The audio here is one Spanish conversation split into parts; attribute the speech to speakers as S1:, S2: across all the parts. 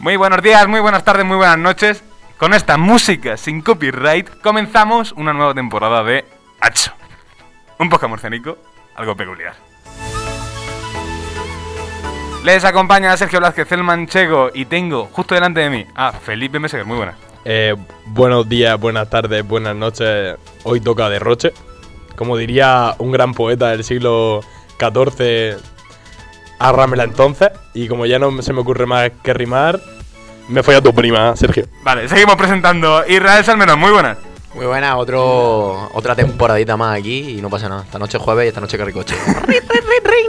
S1: Muy buenos días, muy buenas tardes, muy buenas noches. Con esta música sin copyright comenzamos una nueva temporada de Hacho. Un poco murcianico, algo peculiar. Les acompaña Sergio Blázquez, el manchego, y tengo justo delante de mí a Felipe Meseguer. Muy buenas.
S2: Eh, buenos días, buenas tardes, buenas noches. Hoy toca derroche. Como diría un gran poeta del siglo XIV, arrámela entonces. Y como ya no se me ocurre más que rimar, me fui a tu prima, Sergio.
S1: Vale, seguimos presentando. Israel Salmerón, muy buenas.
S3: Muy buena, otro, otra temporadita más aquí y no pasa nada. Esta noche es jueves y esta noche carricoche.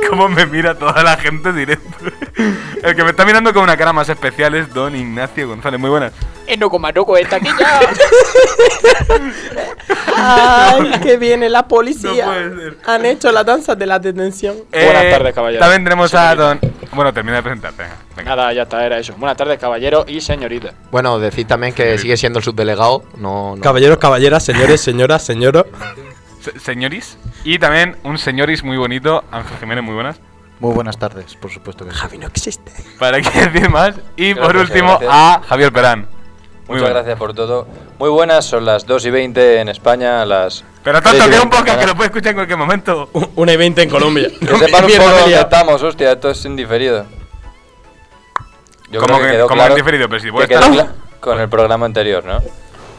S1: Cómo me mira toda la gente en directo. El que me está mirando con una cara más especial es Don Ignacio González. Muy buenas.
S4: En Nocomaroco está aquí ya.
S5: Ay, que viene la
S1: No
S5: policía.
S1: puede ser.
S5: Han hecho la danza de la detención.
S4: Buenas tardes, caballero.
S1: Eh, También tenemos a Don.
S4: Señorita.
S1: Bueno, termina de presentarte. venga, venga.
S4: Nada, ya está, era eso. Buenas tardes, caballero y señorita.
S3: bueno, decir también que sigue siendo el subdelegado. No, no.
S2: Caballeros, caballeras, señores, señoras, señoros.
S1: Se- Señoris. Y también un señoris muy bonito, Ángel Jiménez, muy buenas.
S6: Muy buenas tardes, por supuesto que sí.
S5: Javi no existe.
S1: ¿Para qué decir más? Y por
S7: Gracias,
S1: último
S7: gracias.
S1: a Javier Perán. Muy
S7: Muchas
S1: buenas.
S7: gracias por todo. Muy buenas, son las 2 y 20 en España, las...
S1: Pero tanto
S7: 3 y
S1: que es un
S7: 20 en
S1: podcast que lo
S7: Canadá.
S1: puede escuchar en cualquier momento.
S2: U- Una y veinte en Colombia.
S7: Que sepan
S2: Mierda,
S7: un poco
S2: me he
S7: dónde
S2: liado.
S7: estamos, hostia, esto es indiferido. Yo
S1: ¿Cómo
S7: creo
S1: que-
S7: quedó
S1: cómo
S7: claro
S1: es diferido? Pero si
S7: que
S1: puede
S7: quedó
S1: estar-
S7: cla- con el programa anterior, ¿no?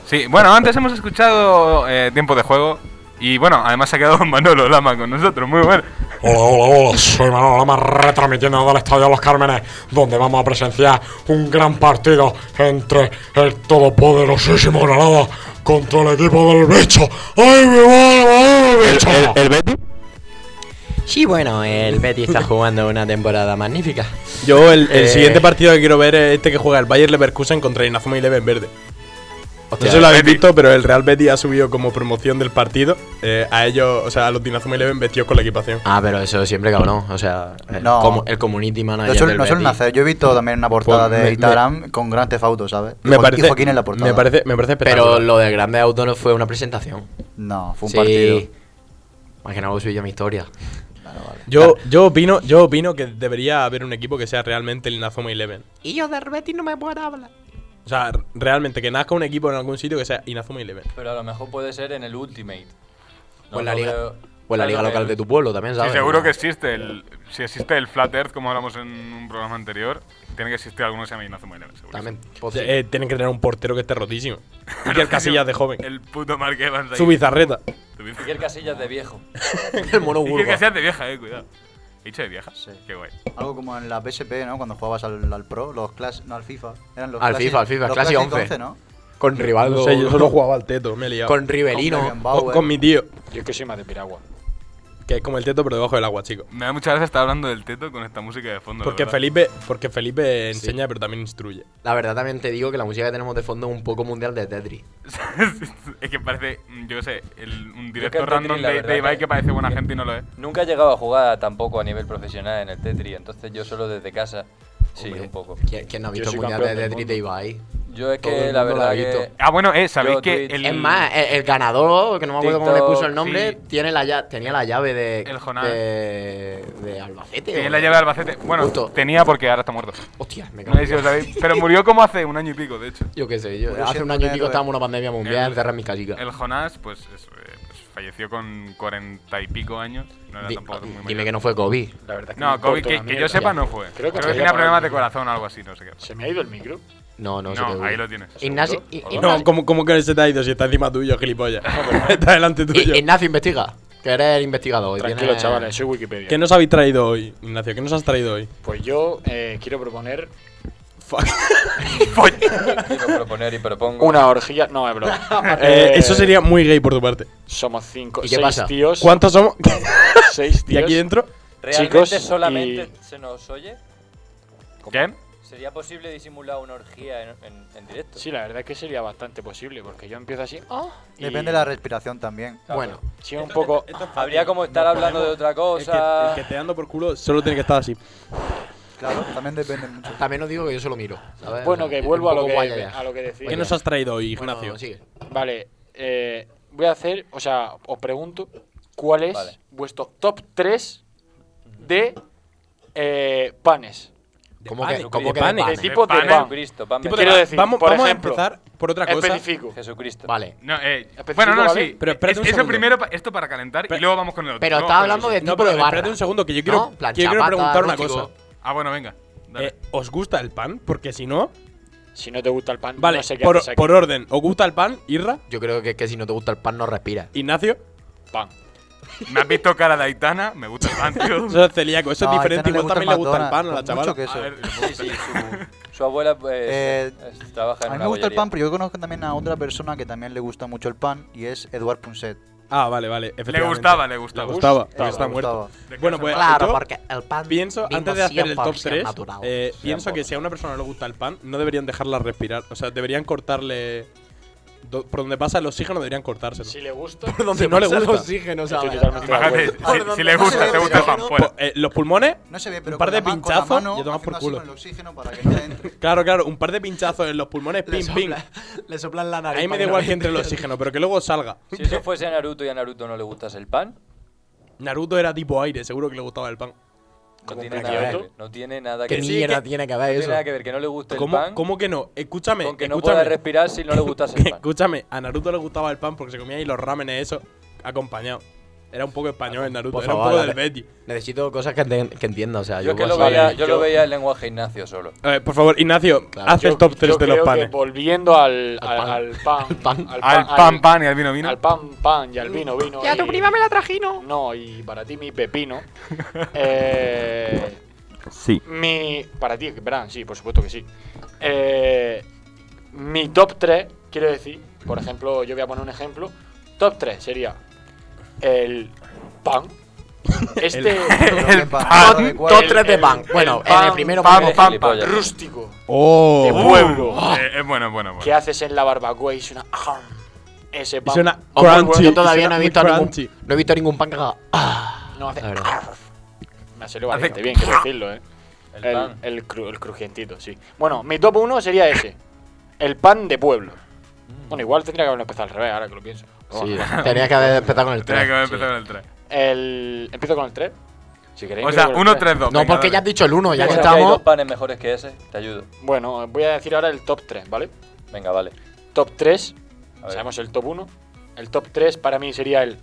S1: Sí, bueno, antes hemos escuchado eh, Tiempo de Juego. Y bueno, además se ha quedado Manolo Lama con nosotros. Muy bueno.
S8: Hola, hola, hola, soy Manolo Lama retransmitiendo del Estadio Los Cármenes, donde vamos a presenciar un gran partido entre el todopoderosísimo Granada contra el equipo del bicho. ¡Ay, mi madre, ay, mi bicho!
S3: Sí, bueno, el Betty está jugando una temporada magnífica.
S2: Yo, el, el
S3: Eh.
S2: siguiente partido que quiero ver es este que juega el Bayer Leverkusen contra el Inazuma Eleven Verde. No sé si lo habéis
S1: Betis.
S2: visto, pero el Real Betis ha subido como promoción del partido eh, a ellos, o sea, a los de Inazuma Eleven vestidos con la equipación.
S3: Ah, pero eso siempre cabrón. O sea, el,
S6: No.
S3: comu- el community manager.
S6: No suelen,
S3: del
S6: no suelen
S3: Betis.
S6: hacer. Yo he visto también una portada
S2: Pues me-
S6: de
S2: me-
S6: Instagram con Gran Tefauto, ¿sabes?
S2: Me
S6: Y Jo-
S2: parece,
S6: Y Joaquín en la portada.
S2: me parece, me parece
S3: Pero
S2: espectacular.
S3: lo de Grandes Autos no fue una presentación.
S6: No, fue un
S3: sí.
S6: partido.
S3: Más que nada vos subí yo mi historia.
S2: Yo, yo opino, yo opino que debería haber un equipo que sea realmente el Inazuma Eleven.
S5: Y yo de Betis no me puedo hablar.
S2: O sea, r- realmente que nazca un equipo en algún sitio que sea Inazuma Eleven.
S7: Pero a lo mejor puede ser en el Ultimate.
S3: o en Pues la liga, o en la liga local de tu pueblo también,
S1: Sí,
S3: ¿sabes?
S1: seguro
S3: No.
S1: que existe. El, si existe el Flat Earth, como hablamos en un programa anterior, tiene que existir alguno que se llama Inazuma Eleven, seguro.
S3: También. pues
S2: O sea, eh, tienen que tener un portero que esté rotísimo. Y el Casillas de joven.
S1: El puto Mark Evans ahí.
S2: Su bizarreta.
S1: Su biz-
S7: Miguel Casillas de viejo.
S3: el mono
S1: Y que que seas de vieja, eh, cuidado. He dicho de vieja.
S7: Sí.
S1: Qué guay.
S6: Algo como en la PSP, ¿no? Cuando jugabas al, al Pro, los Clash. No, al FIFA. Eran los
S3: Al
S6: Classic-
S3: FIFA, al FIFA,
S6: los
S3: Classic
S6: Classic
S3: 11.
S6: ¿no?
S3: Con Rivaldo.
S2: No sé, yo solo jugaba al teto, me he liado.
S3: Con eh.
S6: Con
S3: Rivelino.
S6: Beckenbauer.
S2: Con- con mi tío,
S4: Yo es que soy más de piragua.
S2: que es como el teto pero debajo del agua, chico.
S1: Me da muchas gracias estar hablando del teto con esta música de fondo.
S2: Porque
S1: la verdad.
S2: Felipe, porque Felipe enseña, pero también instruye.
S3: La verdad también te digo que la música que tenemos de fondo es un poco mundial de Tetris.
S1: es que parece, mm, yo qué sé, el- un
S7: Yo que
S1: directo
S7: el Tetris,
S1: random
S7: la
S1: de,
S7: verdad
S1: de Ibai
S7: que-
S1: que parece buena gente y no lo es.
S7: Nunca he llegado a jugar tampoco a nivel profesional en el Tetris, entonces yo solo desde casa. Sí,
S3: Hombre,
S7: un poco.
S3: Pues, ¿Quién, quién no ha
S4: Yo
S3: visto el
S4: soy
S3: mundial de
S4: campeón del
S3: Tetris de Ibai?
S7: Yo es
S3: Todo
S7: que
S3: el
S7: la
S3: mundo lo ha
S7: verdad
S3: visto.
S7: que...
S1: Ah, bueno, eh, ¿sabéis
S7: Yo,
S1: que
S7: Twitch.
S1: el,
S3: Es más, eh, el, el ganador, que no me acuerdo cómo le
S7: TikTok,
S3: puso el nombre,
S1: sí.
S3: tiene la lla- tenía la llave de.
S1: El Jonás.
S3: De, de Albacete.
S1: Tiene
S3: o-
S1: la llave de Albacete. Bueno,
S3: Justo.
S1: tenía porque ahora está muerto.
S3: Hostia, me
S1: No sé
S3: cago.
S1: si lo sabéis. Pero murió como hace un año y pico, de hecho.
S3: Yo qué sé, yo,
S4: Pues
S6: Murió
S3: hace
S6: siendo
S3: un año y
S6: un
S3: pico
S6: héroe.
S3: estábamos en una pandemia mundial,
S1: El-
S3: encerrar mis callicas.
S1: El Jonás, pues, eso, eh, pues, falleció con cuarenta y pico años. No era
S3: Di- ah,
S1: tampoco muy
S3: dime
S1: mayor.
S3: que no fue COVID.
S4: La verdad es que me
S1: No, Kobe,
S4: importa
S1: que,
S4: una
S1: que yo
S4: mierda.
S1: sepa,
S3: Ya.
S1: no fue.
S4: Creo que
S1: Creo que
S4: había
S1: tenía
S4: parado
S1: problemas
S4: el
S1: de
S4: micro.
S1: corazón o algo así, no sé qué.
S4: ¿Se me ha ido el micro?
S3: No, no, se te
S1: No,
S3: dio.
S1: ahí lo tienes.
S3: Ignacio,
S4: ¿Seguro?
S3: I-
S4: Hola.
S2: No,
S3: Ignacio,
S2: ¿cómo, cómo que se te ha ido si está encima tuyo, gilipollas?
S3: Ah,
S2: está delante tuyo.
S3: I- Ignacio, investiga. Que eres el investigador. y
S4: Tranquilo,
S3: tienes-
S4: chavales, soy Wikipedia.
S2: ¿Qué nos habéis traído hoy, Ignacio? ¿Qué nos has traído hoy?
S4: Pues yo eh, quiero proponer
S2: Fuck.
S7: Quiero proponer y propongo.
S4: una orgía. No, es broma.
S2: Eh,
S4: Eh,
S2: eso sería muy gay por tu parte.
S4: Somos cinco,
S3: ¿Y qué
S4: seis
S3: pasa?
S4: tíos.
S2: ¿Cuántos somos?
S4: Seis
S2: ¿Y
S4: tíos.
S2: aquí dentro?
S7: ¿Realmente
S4: Chicos,
S7: solamente
S4: y-
S7: se nos oye?
S1: ¿Qué?
S7: ¿Sería posible disimular una orgía en, en- en directo?
S4: Sí, la verdad es que sería bastante posible, porque yo empiezo así. ah, y-
S6: Depende de la respiración también.
S3: Bueno,
S4: Sí, un poco.
S7: Habría como estar hablando de otra cosa.
S2: El que, te ando por culo solo tiene que estar así.
S6: Claro, también depende mucho.
S3: también os digo que yo solo miro. ¿sabes?
S4: Bueno, que vuelvo a lo que,
S3: Guaya ya.
S4: a lo que decía.
S2: ¿Qué nos has traído hoy,
S3: Bueno,
S2: Ignacio?
S3: sigue.
S4: Vale, eh, voy a hacer, o sea, os pregunto cuál es
S7: Vale.
S4: vuestro top 3 de eh, panes.
S3: ¿Cómo
S2: pan-
S3: que, cómo
S2: de
S3: que
S2: panes.
S3: panes?
S4: De tipo de
S1: Panes.
S4: pan.
S7: Jesucristo, pan
S2: Tipo de
S4: Quiero
S2: pan.
S4: decir,
S2: vamos,
S4: por
S2: vamos a
S4: ejemplo,
S2: empezar por otra cosa.
S4: Especifico.
S7: Jesucristo.
S3: Vale.
S1: No, eh,
S4: Específico,
S1: bueno, no,
S4: ¿vale?
S1: sí.
S2: Pero espérate
S1: Es-
S2: un
S1: eso
S2: segundo.
S1: primero, pa- esto para calentar y
S2: Pero-
S1: luego vamos con el otro.
S3: Pero
S1: Luego
S3: está
S1: con el
S3: hablando
S1: otro.
S3: de
S2: No,
S3: tipo
S2: pero
S3: de barra.
S2: espérate un segundo, que yo quiero,
S3: ¿No? Plan
S2: que yo quiero
S3: chapata,
S2: preguntar una
S3: rústico.
S2: cosa.
S1: Ah, bueno, venga. dale.
S2: Eh, ¿Os gusta el pan? Porque si no.
S4: Si no te gusta el pan,
S2: Vale,
S4: no sé qué haces
S2: por,
S4: aquí.
S2: por orden. ¿Os gusta el pan, Irra?
S3: Yo creo que, que si no te gusta el pan no respiras.
S2: Ignacio,
S4: pan.
S1: Me has visto cara de Aitana, me gusta el pan, tío.
S2: eso es celíaco, eso
S6: No,
S2: es
S6: a
S2: diferente.
S6: este no
S2: Igual también le gusta el
S6: McDonald's,
S2: pan a la
S6: con
S2: chavala.
S6: mucho queso.
S1: A ver,
S7: Sí, sí, su, su abuela pues,
S6: Eh,
S7: es- trabaja en
S6: A mí
S7: una
S6: me gusta el
S7: bollería.
S6: pan, pero yo conozco también a otra persona que también le gusta mucho el pan y es Eduard Punset.
S2: Ah, vale, vale. efectivamente.
S1: gustaba, le gustaba.
S2: Le gustaba,
S6: Gustaba,
S2: está
S6: le
S2: muerto.
S6: gustaba.
S2: Bueno, pues yo
S3: el pan.
S2: pienso,
S3: vino
S2: antes de hacer el top
S3: 100%
S2: 3,
S3: natural.
S2: eh,
S7: Sean
S2: pienso que
S7: pobres.
S2: si a una persona no le gusta el pan, no deberían dejarla respirar. O sea, deberían cortarle. do- por donde pasa el oxígeno, deberían cortárselo.
S4: Si le gusta,
S2: por donde no le gusta.
S3: oxígeno,
S4: estoy totalmente de
S1: Imagínate,
S4: acuerdo.
S1: si, si le gusta, te gusta el pan, fuera.
S2: Po- eh, los pulmones,
S6: No se ve, pero
S2: un par
S6: con
S2: de
S6: la ma- con la
S2: pinchazos
S6: mano
S2: y a tomar por
S6: haciendo así
S2: culo.
S6: con el oxígeno para que no entre.
S2: Claro, claro, un par de pinchazos en los pulmones, pim, pim.
S3: Le soplan la nariz.
S2: Ahí me da igual que entre el oxígeno, pero que luego salga.
S7: Si eso fuese a Naruto y a Naruto no le gustas el pan,
S2: Naruto era tipo aire, seguro que le gustaba el pan.
S7: no tiene
S4: ¿Con
S7: nada que
S4: Kyoto?
S7: ver. No tiene nada que
S3: ¿Qué
S7: ver.
S3: mierda tiene que ver
S7: No tiene
S3: eso?
S7: nada que ver que no le guste el
S2: ¿Cómo,
S7: pan
S2: ¿Cómo que no? Escúchame,
S7: con que no pueda
S2: escúchame.
S7: respirar si no le gustas el pan.
S2: escúchame, a Naruto le gustaba el pan porque se comía ahí los ramenes eso acompañado. Era un poco español el Naruto,
S3: Por
S2: era un
S3: favor,
S2: poco
S3: a
S2: del
S3: ver.
S2: Betty.
S3: Necesito cosas que, enten- que entienda, o sea,
S7: Yo es que lo
S3: vale,
S7: veía, yo lo veía en lenguaje Ignacio solo.
S2: A ver, por favor, Ignacio,
S3: Claro,
S2: haz el top 3
S4: yo
S2: de los
S4: creo que
S2: panes.
S4: volviendo al,
S3: Al
S4: al,
S3: pan.
S4: al pan,
S3: Al pan.
S1: Al pan, pan y al vino, Uh, vino.
S4: al pan, pan y al vino, vino.
S5: Ya
S4: y-
S5: tu prima me la trajino.
S4: No, y para ti mi pepino. eh,
S1: Sí.
S4: mi. Para ti, verán, sí, por supuesto que sí. Eh, mi top 3, quiero decir, por ejemplo, yo voy a poner un ejemplo. Top 3 sería el pan. Este
S1: El
S6: pan.
S1: pan.
S3: Top 3 de
S4: el-
S3: pan.
S4: el
S3: Bueno, en
S4: pan-
S3: el primero
S1: pan, pan,
S3: pone-
S1: pan.
S7: Gilipollas.
S4: rústico de
S2: Oh,
S4: pueblo
S1: Eh, es bueno, es bueno, es
S4: que
S1: bueno.
S4: haces en la barbacoa y suena. Ese pan.
S2: suena
S3: Oh, bueno,
S2: crunchy.
S3: Yo todavía no he
S2: muy
S3: visto ningún,
S2: crunchy.
S3: no he visto ningún pan cagado.
S4: No hace.
S3: La verdad.
S4: Me ha salido
S1: Hace-
S4: bastante bien, quiero decirlo, eh.
S7: El,
S4: El,
S7: pan.
S4: el, cru- el crujientito, sí. Bueno, mi top 1 sería ese. El pan de pueblo.
S7: Mm.
S4: Bueno, igual tendría que haberlo empezado al revés, ahora que lo pienso. Pero
S3: Sí,
S4: bueno.
S3: tenías que haber empezado con el
S1: Tenía que haber
S3: 3.
S1: empezado en el 3.
S4: El... Empiezo con el 3. Si queréis.
S1: O sea,
S4: empiezo con el
S1: 1,
S4: tres.
S1: 3, 2.
S3: No, porque ya has dicho el 1, ya que
S7: Bueno, que hay
S3: estamos.
S7: dos panes mejores que ese, te ayudo.
S4: Bueno, voy a decir ahora el top 3, ¿vale?
S7: Venga, vale.
S4: Top 3.
S7: A ver.
S4: Sabemos el top 1. El top 3 para mí sería el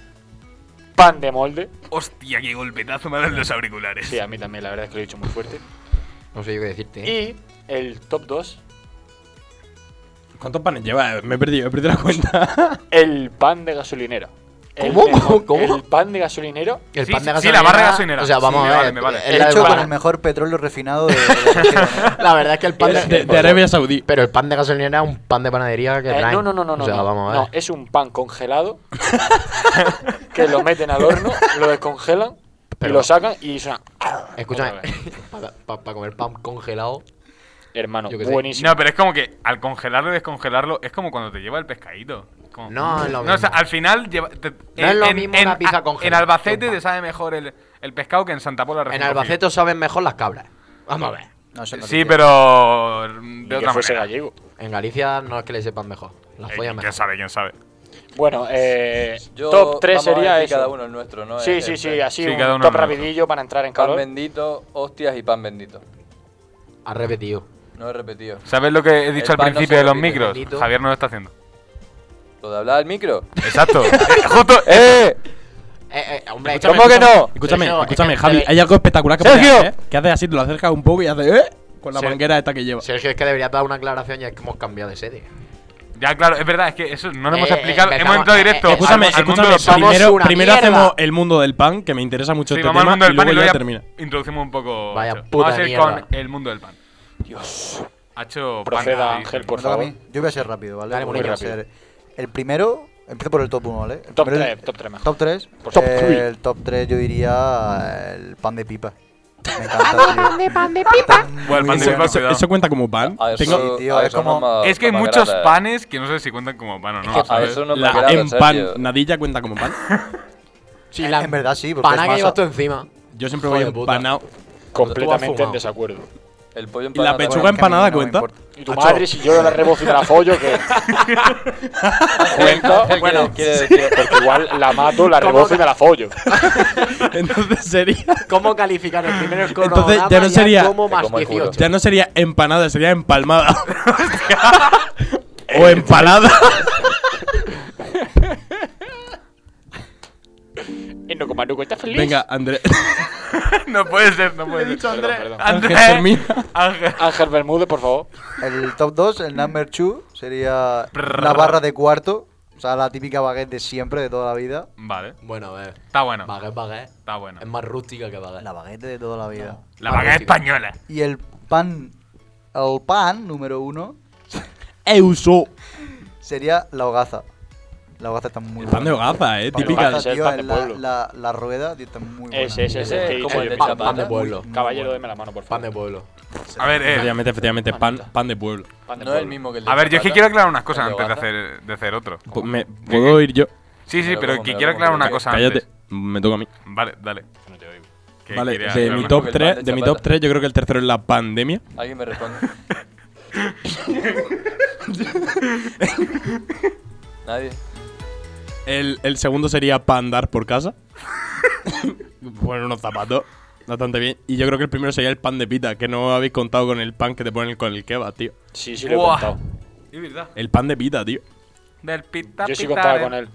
S4: pan de molde.
S1: Hostia, qué golpetazo me dan los auriculares.
S4: Sí, a mí también, la verdad es que lo he dicho muy fuerte.
S3: No sé yo qué decirte. ¿eh?
S4: Y el top 2,
S2: ¿Cuántos panes lleva? Me he perdido, he perdido la cuenta.
S4: el pan de gasolinera. El
S3: ¿Cómo?
S4: mejor-
S3: ¿Cómo?
S4: El pan de gasolinero
S3: El
S1: Sí,
S3: pan de
S1: sí, sí, la barra gasolinera.
S3: O sea, vamos
S1: Sí,
S3: a
S1: me
S3: ver.
S1: vale, me vale.
S3: era el
S6: Hecho
S3: pan-
S6: con el mejor petróleo refinado de, de la región, ¿eh?
S3: La verdad es que el pan de,
S2: De, de Arabia Saudí.
S3: Pero el pan de gasolinera es un pan de panadería que
S4: Eh,
S3: traen.
S4: no, no, no, no,
S3: O sea,
S4: no,
S3: vamos a
S4: no,
S3: ver.
S4: es un pan congelado que lo meten al horno, lo descongelan
S3: Pero-
S4: y lo sacan y suena.
S3: Escúchame.
S4: Otra vez.
S3: Para comer pan congelado.
S4: Hermano,
S3: Yo qué sé.
S4: buenísimo.
S1: No, pero es como que al congelarlo y descongelarlo es como cuando te lleva el pescadito. Como-
S3: No, es lo
S1: o sea,
S3: mismo.
S1: al final lleva, te-
S3: es lo mismo una pizza
S1: a- En
S3: congelada que
S1: Albacete
S3: un
S1: te
S3: pan.
S1: sabe mejor el, el pescado que en Santa Pola
S3: En
S1: recién
S3: Albacete
S1: cogido.
S3: os saben mejor las cabras. Vamos a ver.
S6: No, eso no
S1: Sí,
S6: lo
S1: pero
S4: Ni
S1: de
S4: que
S1: otra
S4: fuese
S1: manera.
S4: gallego.
S3: En Galicia no es que le sepan mejor. Las
S1: Eh,
S3: follan mejor.
S1: ¿Quién sabe? ¿Quién sabe?
S4: Bueno, eh,
S7: Yo-
S4: top 3
S7: vamos a
S4: sería
S7: decir
S4: eso.
S7: cada uno el nuestro, ¿no?
S4: sí,
S7: El-
S4: sí,
S7: el-
S4: sí, así
S1: Sí,
S4: un
S1: cada uno
S4: top
S1: el nuestro.
S4: rapidillo para entrar en
S7: Pan
S4: calor.
S7: bendito, hostias y pan bendito.
S3: Has repetido.
S7: No he repetido.
S1: ¿Sabes lo que he dicho al
S7: pan no
S1: principio
S7: se
S1: de los
S7: repite,
S1: micros?
S3: bendito.
S1: Javier no lo está haciendo.
S7: ¿Lo de hablar al micro?
S1: Exacto. Eh, Justo.
S7: ¡Eh!
S3: Eh, eh, hombre,
S2: Escúchame,
S7: ¿Cómo que
S2: escúchame,
S7: no?
S2: Escúchame,
S3: Sergio,
S2: escúchame,
S3: es que-
S2: Javi, hay algo espectacular que
S7: ¡Sergio!
S2: puedes hacer, ¿eh? Que haces así, te lo acercas un poco y haces ¿eh? con la
S3: Ser-
S2: manguera esta que lleva.
S3: Sergio, es que deberías dar una aclaración ya es que hemos cambiado de sede.
S1: Ya, claro, es verdad, es que eso no lo hemos
S3: Eh,
S1: explicado. Hemos
S3: empezamos-
S1: entrado directo.
S3: eh, eh,
S2: Escúchame,
S1: al- al mundo
S2: escúchame,
S1: de los pan.
S3: somos
S2: primero,
S3: una
S2: primero
S3: mierda.
S2: hacemos el mundo del pan, que me interesa mucho
S1: Sí,
S2: este
S1: vamos
S2: tema,
S1: al mundo
S2: y
S1: del pan
S2: luego
S1: y luego
S2: ya
S1: ya
S2: termina.
S1: introducimos un poco.
S3: Vaya
S1: Hacho.
S3: puta
S1: Vamos a ir
S3: mierda.
S1: con el mundo del pan.
S4: Dios.
S1: Ha hecho pan
S4: Proceda,
S1: ahí.
S4: Ángel,
S6: Me
S4: por
S6: toca a
S4: favor.
S6: mí. Yo voy a ser rápido, ¿vale?
S3: Dale,
S6: Voy
S4: Monique.
S6: a ser- El primero, empiezo por el top 1, ¿vale? El
S4: Top
S6: primero-
S4: tres, top tres mejor.
S6: Top 3.
S4: Por Top three.
S6: El top 3 yo diría el pan de pipa. Me
S5: Pan de
S6: encanta,
S5: Ah, pan
S6: tío.
S5: de pan de pipa.
S1: Bueno, el pan de
S2: Eso,
S1: pipa,
S2: eso-
S1: cuidado.
S2: eso cuenta como pan.
S7: A Ah, eso,
S2: Tengo
S6: Sí, tío,
S7: a
S6: es
S7: eso no
S6: como-
S7: me agrada.
S1: Es que hay muchos panes que no sé si cuentan como pan o no.
S7: A- A
S1: ¿sabes?
S7: eso no me
S2: la
S7: agrada,
S2: en pan,
S7: Sergio.
S2: nadilla cuenta como pan.
S3: Sí,
S6: En-
S3: la
S6: en verdad sí, porque
S3: pana
S6: es
S3: que
S6: masa.
S3: llevas tú encima.
S2: Yo siempre
S3: Hijo
S2: voy
S3: de puta.
S2: empanado.
S4: Completamente en
S3: fumado.
S4: desacuerdo.
S7: El pollo
S2: ¿Y la
S7: empanado.
S2: pechuga
S6: bueno, que a mí
S2: empanada
S6: no me
S2: cuenta?
S6: importa.
S4: Y tu madre, si yo la rebozo y me la follo, que.
S7: Cuento, bueno, quiere decir.
S4: Porque igual la mato, la rebozo y me la follo.
S2: Entonces sería.
S3: ¿Cómo calificar el primer
S2: Entonces, ya no sería-
S3: como
S7: Te
S3: más
S7: como el culo.
S3: 18?
S2: Ya no sería empanada, sería empalmada. o empalada.
S4: Y no como Anuco, ¿estás feliz?
S2: Venga, Andrés.
S1: no puede ser, no puede ser.
S4: Perdón, perdón.
S2: Ángel,
S1: Andrés.
S2: termina.
S1: Ángel.
S4: Ángel Bermúdez, por favor.
S6: El top 2, el number 2, sería la barra de cuarto. O sea, la típica baguette de siempre, de toda la vida.
S1: Vale,
S3: Bueno, a ver.
S1: está bueno.
S3: Baguette, baguette.
S1: Está bueno.
S3: Es más rústica que baguette.
S6: La baguette de toda la vida.
S1: La vaga española.
S6: Y el pan, el pan número 1,
S2: Euso.
S6: sería la hogaza. La hogaza está muy
S2: Pan de
S6: buena.
S2: hogaza, eh.
S4: Pan de
S2: Típica.
S4: hogaza.
S6: Tío,
S4: es el pan de
S6: la,
S4: pueblo.
S6: la, la rueda tío, está muy buena.
S4: Ese, ese, ese.
S7: Ese
S4: que
S7: es como
S4: dice
S7: el de
S4: pan-
S7: Zapata.
S3: Pan de pueblo.
S4: Caballero, deme la mano, por
S3: Pan de
S4: favor.
S3: pueblo.
S1: A ver, eh,
S2: Efectivamente, efectivamente. Pan, pan de pueblo.
S4: Pan de
S7: No es el
S4: pueblo.
S7: mismo que el de
S1: a ver, yo es que
S7: Zapata.
S1: quiero aclarar unas cosas
S7: El de
S1: antes de
S7: Hogaza.
S1: hacer, de hacer otro.
S2: Po- me- ¿Puedo ir yo?
S1: Sí, sí,
S7: Me lo
S1: pero
S7: como,
S1: que
S7: me lo
S1: quiero
S7: como,
S1: aclarar
S7: me lo
S1: una
S7: como.
S1: cosa
S2: Cállate.
S1: antes.
S2: Me toca a mí.
S1: Vale, dale. No te oigo.
S2: Vale, de mi top
S7: Porque el pan
S2: 3,
S7: de
S2: de mi
S7: Zapata.
S2: top 3, yo creo que el tercero es la pandemia.
S7: Alguien me responde. Nadie.
S2: El, el segundo sería para andar por casa. poner unos zapatos. Bastante bien. Y yo creo que el primero sería el pan de pita, que no habéis contado con el pan que te ponen con el kebab, tío.
S4: Sí, sí, lo he
S1: Buah.
S4: contado.
S1: Es verdad.
S2: El pan de pita, tío.
S1: Del pita
S4: Yo sí
S1: pita,
S4: contaba
S1: eh.
S4: con él.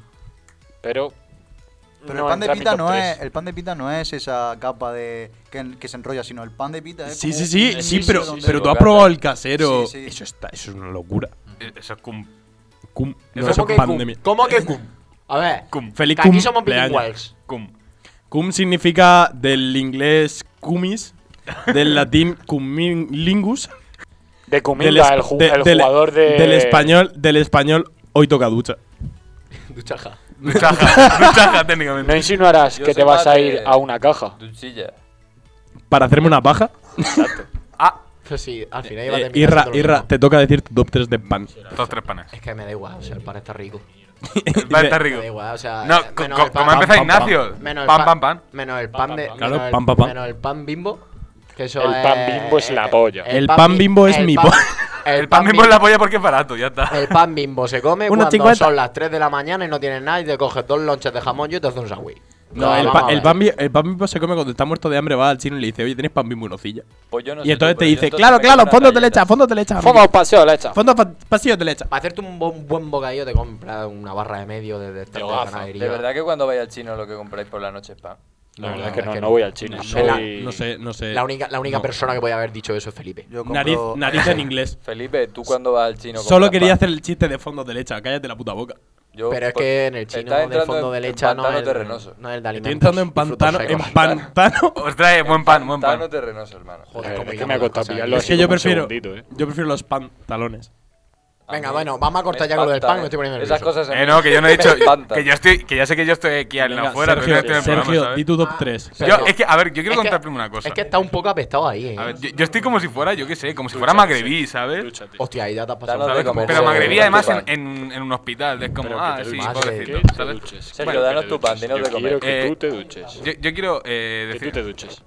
S4: Pero.
S6: Pero
S4: no
S6: el pan de
S4: entra en mi
S6: pita
S4: top
S6: no
S4: tres.
S6: es, el pan de pita no es esa capa de que, que se enrolla, sino el pan de pita es
S2: Sí,
S6: como
S2: sí, sí,
S6: un eh,
S2: sí,
S6: sitio
S2: pero,
S6: donde-
S2: pero tú has
S7: bocata.
S2: probado el casero.
S6: Sí, sí.
S2: Eso, está, eso es una locura.
S1: Eh, Eso es cum.
S2: Cum, no,
S1: ¿Cómo
S2: eso
S3: que
S2: es pandemia.
S3: cum? ¿Cómo que cum? A ver.
S1: Cum.
S2: Feliz
S3: que aquí
S2: cum
S3: somos
S2: cumpleaños.
S3: bilingües.
S1: Cum.
S2: Cum significa del inglés cumis, del latín cumilingus,
S4: De
S2: del,
S4: Cuminga,
S2: es-
S4: el, ju-
S2: de-
S4: el
S2: del-
S4: jugador de.
S2: del español, del español hoy toca ducha.
S3: Duchaja.
S1: Duchaja, duchaja técnicamente.
S4: No insinuarás
S7: Yo
S4: que te
S7: soy
S4: vas a
S7: padre.
S4: ir a una caja.
S7: Duchilla.
S2: Para hacerme una paja,
S3: Pero Pues sí, al final iba a
S2: eh,
S3: terminar
S2: Irra,
S3: siendo lo
S2: Irra,
S3: mismo.
S2: te toca decir tu top 3 de pan.
S1: Estos tres panes.
S3: Es que me da igual, o sea, el pan está rico.
S1: Vale, está
S3: Me
S1: rico.
S3: da igual, o sea.
S1: No,
S3: eh,
S1: co-
S3: menos
S1: co-
S3: el pan-
S1: como ha
S3: pan-
S1: empezado
S3: pan- pan-
S1: Ignacio.
S3: Menos el
S1: Pan, pan, pan.
S3: Menos el pan de.
S2: Claro,
S3: menos el-
S2: pan, pan, pan.
S3: Menos el pan bimbo. Que eso
S4: El
S3: es-
S4: pan bimbo es la polla.
S2: El pan
S3: bi-
S2: bimbo es
S3: el
S2: mi
S3: pan-
S2: polla.
S1: El pan mismo es la polla porque es barato, ya está.
S3: El pan bimbo se come
S2: Unos
S3: cuando
S2: 50.
S3: son las 3 de la mañana y no tienes nada y te coges dos lonches de jamón y te haces un sándwich.
S2: No, el,
S3: vamos
S2: pan
S3: a
S2: el,
S3: ver.
S2: pan bi- el pan bimbo se come cuando está muerto de hambre, va al chino y le dice, oye, ¿tienes pan bimbo y nocilla?
S7: Pues yo no
S2: Y
S7: sé
S2: entonces te
S7: tú, pero yo
S2: dice,
S7: entonces
S2: claro,
S7: me como
S2: claro,
S7: una
S2: fondo de
S7: galleta.
S2: leche, fondo de leche.
S4: Fondo al paseo, la hecha.
S2: Fondo fa- pasillo de leche.
S3: Para hacerte un buen, buen bocadillo te compras una barra de medio de, de, esta de
S4: hogaza.
S3: ganadería.
S7: De verdad que cuando vais al chino lo que compráis por la noche es pan.
S4: La verdad es que no, no voy al chino. Soy-
S2: No sé, no sé.
S3: La única, la única persona que podía haber dicho eso es Felipe.
S6: Yo compro-
S2: Nariz, nariz en inglés.
S7: Felipe, ¿tú cuando vas al chino
S2: Solo
S7: compras
S2: quería
S7: pan?
S2: hacer el chiste de fondo de leche, cállate la puta boca.
S7: Yo,
S3: Pero es
S7: pues,
S3: que en el
S7: estás
S3: chino del
S7: entrando
S3: fondo
S7: en-
S3: de
S7: en
S3: lecha no
S7: pantano
S3: es, el,
S7: terrenoso.
S3: no es el de
S2: Estoy
S3: alimentos.
S2: entrando en
S3: y frutos
S2: pantano, eh, en
S3: secos.
S2: pantano.
S1: Ostras, eh, buen pan, buen
S7: Pantano
S1: pan.
S7: terrenoso, hermano.
S3: Joder, cómo
S4: es que
S3: llaman
S4: me ha
S3: las
S4: costado
S3: cosas.
S4: pillarlo
S2: Es
S4: así
S2: que yo
S4: como un
S2: prefiero,
S4: segundito, eh.
S2: yo prefiero los pantalones.
S3: Venga,
S7: A mí
S3: bueno, vamos a cortar
S7: me
S3: ya con lo del pan,
S7: espantan,
S3: me estoy poniendo
S7: Esas
S3: nervioso.
S7: cosas a
S1: Eh,
S7: mí
S1: no, que yo no he
S7: me
S1: dicho.
S7: espantan.
S1: Que yo estoy. Que ya sé que yo estoy aquí en
S2: Venga,
S1: la afuera, pero no estoy en
S2: Sergio,
S1: el programa,
S2: Sergio,
S1: ¿sabes?
S2: di tu
S3: Ah.
S2: top 3.
S1: Yo, es que, a ver, yo quiero
S3: Es que-
S1: contarte una cosa.
S3: Es que está un poco apestado ahí, eh.
S1: A ver, yo, yo estoy como si fuera, yo qué sé, como si fuera magrebí, ¿sabes?
S4: Dúchate.
S3: Hostia, ahí ya te has pasado.
S7: Danos de
S1: ¿Sabes?
S7: comer.
S1: Pero magrebí
S7: Sergio,
S1: además en,
S7: pan.
S1: en, en un hospital, es como,
S4: Pero que
S1: ah,
S4: te
S1: sí,
S4: duches.
S1: pobrecito,
S3: Que
S1: ¿sabes?
S7: Sergio,
S1: Bueno,
S7: danos tu pan, dinos
S4: Yo
S7: de comer.
S4: quiero que
S1: Eh,
S4: tú te duches.
S1: Yo, yo quiero eh,
S4: Que tú
S1: decir...
S4: te duches.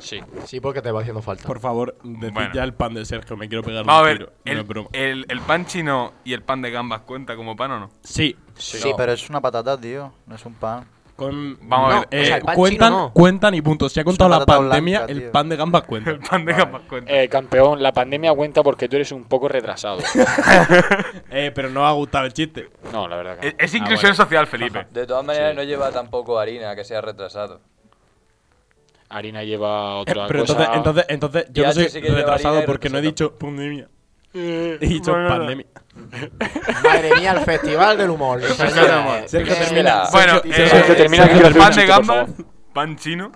S4: Sí.
S3: Sí, porque te va haciendo falta.
S2: Por favor, decid
S1: Bueno.
S2: ya el pan de Sergio, me quiero pegar
S1: Vamos a
S2: un
S1: ver,
S2: tiro. No
S1: el,
S2: es broma.
S1: el, el pan chino y el pan de gambas cuenta como pan o no?
S2: Sí,
S6: Sí, pero es una patata, tío. No es un pan.
S2: con-
S1: Vamos a ver,
S2: eh,
S3: o sea, el pan
S2: cuentan,
S3: chino no.
S2: cuentan y punto. Si ha contado la
S6: patata blanca,
S2: pandemia,
S6: tío.
S2: el pan de gambas cuenta.
S1: El pan de gambas cuenta.
S4: Eh, campeón, la pandemia cuenta porque tú eres un poco retrasado.
S2: eh, pero no ha gustado el chiste.
S4: No, la verdad que no. Ah,
S1: Es, es inclusión social, Felipe.
S7: De todas maneras, no lleva tampoco harina, que sea retrasado.
S4: Harina lleva
S2: Eh,
S4: otra
S2: pero
S4: cosa.
S2: entonces, entonces, entonces yo
S7: Y
S2: no
S7: H
S2: soy
S7: sí que lleva
S2: retrasado
S7: harina y
S2: porque no he
S7: retrasado.
S2: dicho pandemia.
S1: Eh,
S2: He dicho pandemia.
S3: Madre mía, el festival del humor. señores.
S2: Sergio
S3: Eh,
S2: termina.
S1: Bueno,
S2: Sergio-
S1: eh,
S2: Ah. Sergio,
S4: termina, que
S1: el
S4: quiero hacer
S1: pan
S4: un
S1: de
S4: chiste, por
S1: gambas,
S4: favor.
S1: pan chino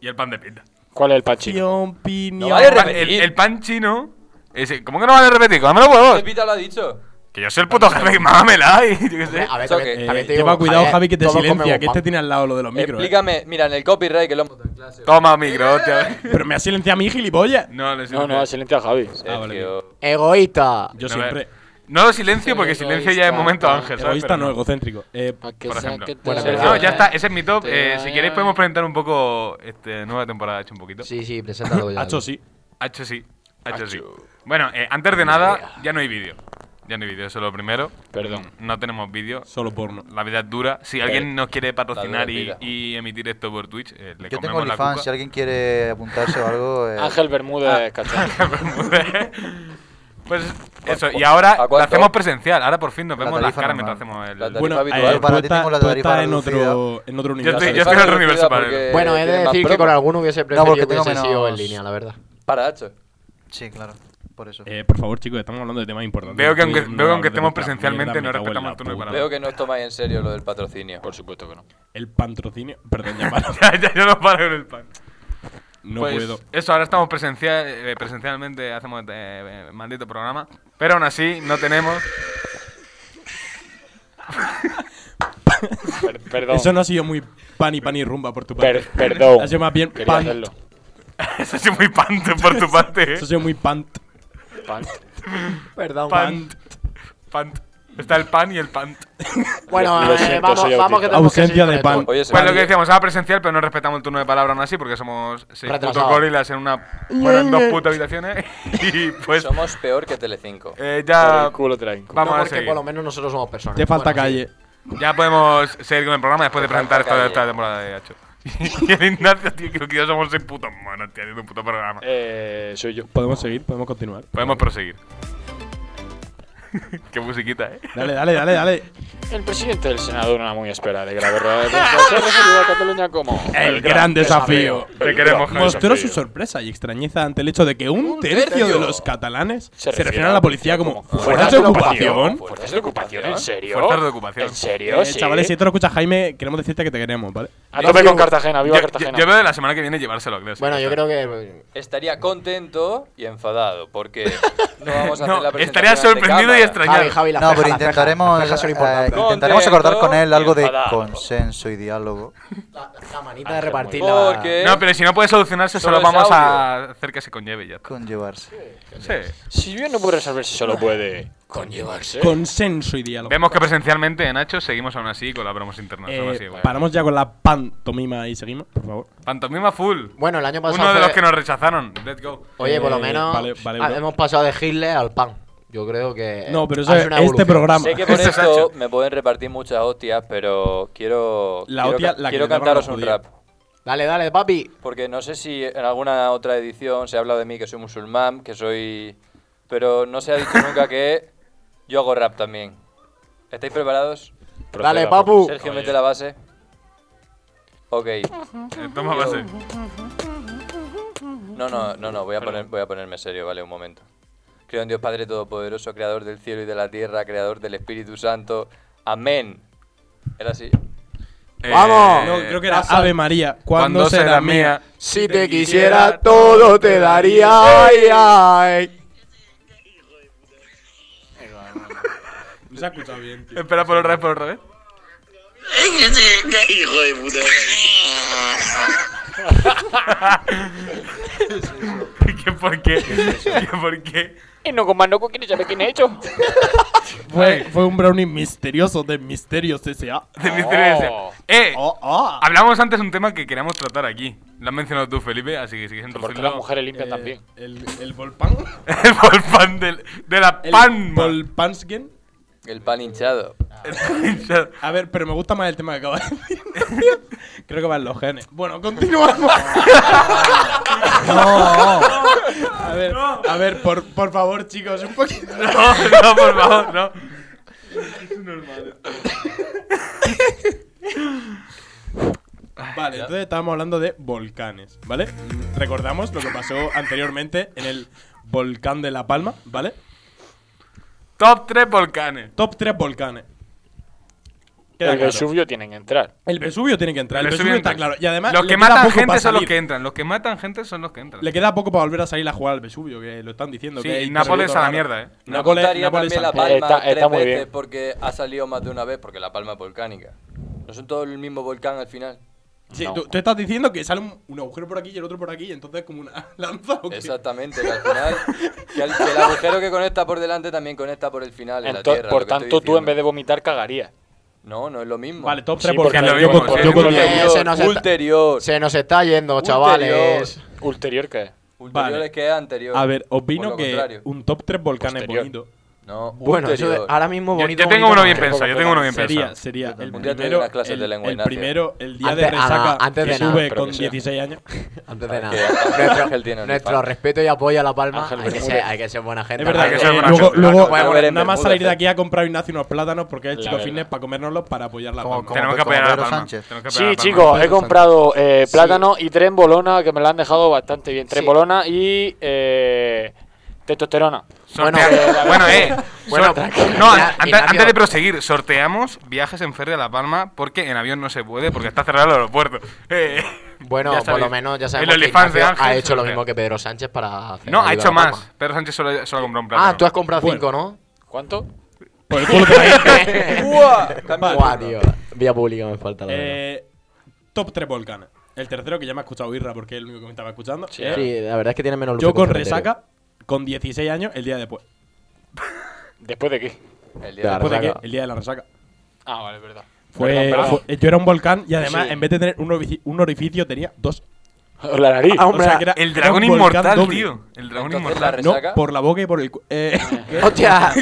S1: y el pan de pita.
S4: ¿Cuál es el pachino?
S2: Pion, piñón.
S7: No vale
S1: El, pan- el- el pan chino... Ese, ¿Cómo que no vale repetir? ¡Dámelo huevos!
S7: Pepita lo ha dicho.
S1: Que yo soy el puto jefe y mámela y yo qué sé.
S3: A ver,
S7: Eso
S3: también,
S7: que-
S2: Eh,
S3: también te digo,
S2: lleva cuidado, Javi, que te
S3: todos
S2: silencia,
S3: comemos
S2: que este
S3: pan.
S2: tiene al lado lo de los micros. eh.
S7: Explícame, mira, en el copyright que lo hemos
S3: Ah,
S1: Toma micro, hostia.
S2: Pero me ha silenciado a mí, gilipollas.
S1: No, no,
S4: No, no, excelente a Javi.
S2: Ah, vale,
S7: Sergio.
S3: Egoísta.
S2: Yo
S1: No,
S2: siempre.
S1: ve- No lo silencio porque silencio ya es momento Ángel, ¿sabes?
S2: Egoísta
S1: Pero
S2: no, egocéntrico. Eh,
S1: Por ejemplo.
S7: Bueno,
S1: Pero
S7: pero-
S1: no, ya está, ese es mi top. Eh, si queréis podemos presentar un poco este, nueva temporada hecho un poquito.
S3: Sí, sí, preséntalo ya.
S2: Hacho sí.
S1: Hacho sí, hacho sí. Bueno, eh, antes de nada, ya no hay vídeo. Ya no hay vídeo, eso es lo primero.
S4: Perdón.
S1: No tenemos vídeo.
S2: Solo porno.
S1: La vida es dura. Si alguien nos quiere
S7: La
S1: patrocinar
S7: dura
S1: y,
S7: vida.
S1: y emitir esto por Twitch, eh, le
S6: Yo tengo
S1: comemos la
S6: OnlyFans, si
S1: cuca.
S6: alguien quiere apuntarse o algo. eh,
S4: Ángel
S2: Ah.
S4: Bermúdez, cachón.
S1: pues eso, y ahora
S7: ¿A
S1: lo
S7: cuánto?
S1: hacemos presencial. Ahora por fin nos
S6: La
S1: vemos las
S6: tarifa
S1: caras mientras
S6: normal.
S1: hacemos el...
S7: La tarifa
S2: Bueno,
S7: habitual.
S2: eh,
S6: Yo para
S2: tú
S6: ti tengo la
S2: estás- tú
S6: tarifa
S2: estás en
S6: reducida.
S2: otro, en otro
S1: Yo
S2: universo.
S1: estoy, yo estoy en el universo paralelo.
S3: Bueno,
S6: Eh,
S3: he de
S7: tiene más
S3: decir que con
S7: promos.
S3: alguno hubiese preferido
S6: porque
S3: que
S6: tengo
S3: hubiese sido
S6: menos-
S3: en línea, la verdad.
S7: Para, Hacho.
S6: Sí, claro. Por eso.
S2: Eh, por favor, chicos, estamos hablando de temas importantes.
S1: Veo que
S2: Estoy
S1: aunque-
S2: no
S1: veo que aunque
S2: hablando de
S1: estemos
S2: vuestra
S1: presencialmente,
S2: mierda, me
S1: no
S2: cago en
S1: respetamos
S2: la
S1: el turno de
S2: puta.
S1: palabra.
S7: Veo que no os tomáis en serio lo del patrocinio.
S4: Por supuesto que no.
S2: El patrocinio. Perdón, ya paro.
S1: ya, ya, ya no paro con el pan.
S2: No
S1: Pues,
S2: puedo.
S1: Eso, ahora estamos presencial, eh, presencialmente, hacemos eh, eh, maldito programa. Pero aún así, no tenemos.
S4: Per- perdón.
S2: Eso no ha sido muy pan y pan y rumba por tu parte.
S4: Per- perdón.
S2: Ha sido más bien
S4: Quería
S2: pan.
S4: hacerlo.
S1: Eso sí, muy pante por tu parte. eh.
S2: Eso ha sido muy pant.
S4: Pan.
S3: Perdón.
S1: Pant. Pant. Está el pan y el pant.
S3: Bueno,
S4: Lo
S3: eh,
S4: siento,
S3: vamos,
S4: soy
S3: vamos
S4: autista.
S3: que tenemos que
S2: Ausencia
S3: seguir
S2: de
S3: con
S2: pan.
S3: esto.
S7: Oye, se
S1: Pues
S7: me
S1: lo que
S7: ha-
S1: decíamos, ahora presencial, pero no respetamos el turno de palabra aún así, porque somos seis putos
S3: Retrasado.
S1: gorilas en una. Bueno, en dos putas habitaciones. Y pues.
S7: Somos peor que Telecinco.
S1: eh,
S4: Por
S1: ya.
S4: el culo traen.
S3: No,
S1: Vamos a
S3: porque
S1: seguir.
S3: por lo menos nosotros somos personas.
S2: Te falta
S3: Bueno, sí.
S2: calle.
S1: Ya podemos seguir con el programa después de presentar esta, esta temporada de Hacho. Y el Ignacio, tío, creo que ya somos seis putos monos, tío, haciendo un puto programa.
S4: Eh, soy yo.
S2: Podemos seguir, podemos continuar.
S1: Podemos proseguir. Qué musiquita, eh.
S2: Dale, dale, dale, dale.
S4: El presidente del Senado no era muy espera de que la verdad de prensa se ha referido a Cataluña como
S2: El gran desafío.
S1: Te queremos, Javi.
S2: Mostró su sorpresa y extrañeza ante el hecho de que un tercio de los catalanes se refirieron a la policía como fuerzas de ocupación.
S7: Pues
S4: Fuerzas de ocupación, ¿en serio?
S1: Fuerzas de ocupación.
S4: ¿En serio?
S2: Eh,
S4: Sí.
S2: Chavales, si esto lo escucha Jaime, queremos decirte que te queremos, ¿vale?
S4: A tope con Cartagena, viva
S1: Yo, yo-
S4: Cartagena.
S1: yo veo de la semana que viene llevárselo a clase.
S3: Bueno,
S1: Ya
S3: yo
S1: está.
S3: creo que. eh,
S7: Estaría contento y enfadado porque no vamos a hacer
S1: No,
S7: la presentación.
S1: estaría
S7: ante
S1: sorprendido y
S7: cámara.
S1: extrañado.
S3: Javi, Javi, la
S6: no, pero intentaremos,
S3: Las cejas son
S6: eh,
S3: importantes.
S6: intentaremos acordar con él algo de
S7: Contento y enfadado.
S6: consenso y diálogo. eh,
S3: La, la manita de repartirla.
S7: Porque
S1: No, pero si no puede solucionarse,
S7: Solo
S1: solo
S7: es
S1: vamos a hacer que se conlleve ya.
S6: Conllevarse.
S1: Sí.
S4: Si bien no puede resolver si solo puede conllevarse.
S2: Consenso y diálogo.
S1: Vemos que presencialmente, eh, Nacho, seguimos aún así con la promoción
S2: Eh,
S1: internacional. así, bueno.
S2: paramos ya con la pantomima y seguimos, por favor.
S1: Pantomima full.
S3: Bueno, el año pasado.
S1: Uno de
S3: fue-
S1: los que nos rechazaron. Let's go.
S3: Oye, por lo
S2: Eh,
S3: menos.
S2: vale, vale,
S3: ah,
S2: bro.
S3: hemos pasado de Hitler al pan. Yo creo que.
S2: No, pero eso
S3: ha sido
S2: es
S3: una
S2: este
S3: evolución.
S2: programa.
S7: sé que por
S1: Esto es
S7: esto
S1: Hacho.
S7: me pueden repartir muchas hostias, pero quiero
S2: La
S7: quiero,
S2: hostia
S7: ca-
S2: la que
S7: quiero
S2: le daban
S7: cantaros
S2: los
S7: un
S2: judíos.
S7: rap.
S3: Dale, dale, papi.
S7: Porque no sé si en alguna otra edición se ha hablado de mí que soy musulmán, que soy. Pero no se ha dicho nunca que yo hago rap también. ¿Estáis preparados?
S3: dale, papu.
S7: Sergio, mete la base. Ok.
S1: Eh, Toma base.
S7: No, no, no, no, voy a, poner, voy a ponerme serio, vale, un momento. Creo en Dios Padre Todopoderoso, Creador del cielo y de la tierra, Creador del Espíritu Santo. Amén. Era así.
S1: Eh,
S3: ¡Vamos!
S2: No, creo que era Ave María. Cuando,
S1: Cuando
S2: será, mía?
S3: Si te quisiera todo te daría. Ay, ay.
S2: No se ha escuchado bien, tío.
S1: Espera por otra vez, por otra vez. ¿Qué por qué? ¿Qué por qué?
S4: Y no comando con quién sabe quién he hecho.
S2: Fue, fue un brownie misterioso de Misterios S.A.
S1: De misterio ese. Eh,
S2: Oh, oh.
S1: hablamos antes de un tema que queríamos tratar aquí. Lo has mencionado tú, Felipe, así que si quieres
S4: Porque
S1: introducirlo.
S4: las mujeres limpian Eh,
S2: Eh,
S4: también.
S2: El, el Volpan.
S1: El volpán del, de la
S2: El
S1: pan.
S2: Volpansgen.
S7: El pan hinchado.
S2: A ver, pero me gusta más el tema que acabas de decir. Creo que van los genes. Bueno, continuamos. A ver, a ver, por, por favor, chicos, un poquito.
S1: No, no, por favor, no.
S2: Vale, entonces estábamos hablando de volcanes, ¿vale? Mm, Recordamos lo que pasó anteriormente en el volcán de La Palma, ¿vale?
S1: Top 3 volcanes.
S2: Top 3 volcanes. Queda
S4: El
S2: claro.
S4: Vesubio tienen que entrar.
S2: El Vesubio tiene que entrar, el Vesubio, está claro. Y además,
S1: los
S2: le
S1: que
S2: queda
S1: matan
S2: poco
S1: gente
S2: para
S1: son los
S2: salir.
S1: que entran. Los que matan gente son los que entran.
S2: Le queda poco para volver a salir a jugar al Vesubio, que lo están diciendo.
S1: Sí,
S2: que es
S1: y Nápoles
S2: territorio
S1: a la
S2: raro.
S1: mierda, eh.
S7: No
S2: Nápoles-
S7: contaría
S2: Nápoles a-
S7: también La
S4: Eh,
S7: Palma
S4: está- está
S7: tres
S4: muy
S7: veces
S4: bien.
S7: porque ha salido más de una vez porque La Palma es volcánica. No son todos el mismo volcán al final.
S2: Sí,
S7: No.
S2: tú, tú estás diciendo que sale un, un agujero por aquí y el otro por aquí, y entonces como una lanza o qué?
S7: Exactamente, que al final. Que el, que el agujero que conecta por delante también conecta por el final en la
S4: Ento-
S7: Tierra.
S4: por
S7: lo que
S4: tanto,
S7: estoy
S4: tú en
S7: diciendo.
S4: vez de vomitar, cagarías.
S7: No, no es lo mismo.
S2: Vale, top
S4: Sí,
S2: 3 por
S4: porque
S2: cada-
S1: lo
S2: yo
S1: vimos,
S2: con-
S1: ¿eh?
S2: yo con-
S7: Ulterior,
S3: Ese no se está-
S7: ulterior.
S3: Se nos está yendo, chavales.
S4: ¿Ulterior qué es?
S7: Ulterior
S2: Vale.
S7: es que es anterior.
S2: A ver,
S7: Por
S2: opino
S7: lo
S2: que
S7: contrario.
S2: un top 3 volcán es
S4: Posterior.
S2: bonito.
S7: No,
S3: Bueno, eso de-
S7: ulterior.
S3: ahora mismo
S1: Yo,
S3: bonito.
S1: yo tengo
S3: bonito,
S1: uno
S3: no.
S1: bien pensado, yo tengo uno bien
S2: Sería,
S1: pensado.
S2: sería el
S7: Un día te doy
S2: primero,
S7: unas clases
S2: el,
S7: de lengua
S2: el
S7: ignacia.
S2: primero, el día de
S3: Antes- ah,
S2: resaca
S3: antes
S2: que
S3: de nada,
S2: sube
S4: pero
S2: con
S4: que sea.
S2: 16 años.
S3: Antes de
S7: Que Ángel-
S3: nada.
S7: Ángel
S3: nuestro,
S7: tiene un
S3: nuestro
S7: infarto.
S3: respeto y apoyo a La Palma.
S4: Ángel
S3: Hay que, ser,
S4: Bermúdez.
S3: hay que ser buena gente.
S2: Es verdad
S1: hay
S2: que
S1: que ser
S2: eh,
S1: buena
S2: luego,
S1: gente.
S2: luego
S7: Nos podemos
S2: eh,
S7: ver en
S2: nada más
S7: Bermuda,
S2: salir de
S7: Fer.
S2: aquí a comprar unos unos plátanos porque es el
S4: La
S2: chico
S4: verdad.
S2: fitness para comérnoslos para apoyar la
S6: Como-
S2: palma.
S6: como-
S1: Tenemos que apoyar a la
S6: Pedro
S1: palma.
S6: Sánchez.
S1: tenemos que apoyar a
S4: Sí,
S1: la Palma.
S4: chicos, he comprado eh, plátano y tren bolona, que me la han dejado bastante bien. Tren
S3: Sí.
S4: bolona y eh, testosterona.
S3: Bueno,
S1: Sortea-
S4: eh, la
S1: bueno,
S4: verdad
S1: eh.
S3: Bueno,
S1: sor-
S3: tranquilo.
S1: no,
S3: Ya,
S1: an- ante-
S3: Ignacio.
S1: antes de proseguir, sorteamos viajes en ferry a La Palma porque en avión no se puede porque está cerrado el aeropuerto. Eh,
S3: Bueno,
S1: ya
S3: por
S1: sabéis.
S3: lo menos ya
S1: El
S3: sabemos que
S1: OnlyFans de
S3: Ignacio ha
S1: Ángel
S3: hecho lo
S1: sortea.
S3: mismo que Pedro Sánchez para hacer
S1: No, ha
S3: ayudar a
S1: hecho
S3: La Palma.
S1: más. Pedro Sánchez solo, solo ha comprado un plátano.
S3: Ah, tú has comprado
S2: Bueno.
S3: 5, ¿no?
S4: ¿Cuánto?
S2: Por el culo que la gente.
S7: ¡Buah! Cambio de
S3: Buah,
S7: turno.
S3: tío. Vía pública me falta la verdad.
S2: Eh, top 3 volcanes. El tercero que ya me ha escuchado Irra porque es el único que me estaba escuchando.
S1: eh.
S2: es
S3: Sí, la verdad es que tiene menos luz.
S2: yo con resaca, con 16 años, el día después.
S4: ¿Después de qué?
S7: El
S3: Claro.
S7: día
S3: La
S2: ¿Después de qué?
S3: resaca.
S2: El día de la resaca.
S4: Ah, vale, es verdad.
S2: Fue,
S4: Perdón, perdón.
S2: fue- yo era un volcán y además,
S4: Sí.
S2: en vez de tener un orificio, un orificio tenía dos.
S4: La nariz.
S2: O sea, que era-
S1: Ah, el
S2: era un
S1: dragón
S2: volcán
S1: inmortal,
S2: doble.
S1: tío. El dragón
S7: Entonces, la
S1: inmortal.
S2: No,
S7: ¿Resaca?
S2: por la boca y por el. cu- Eh,
S3: Hostia,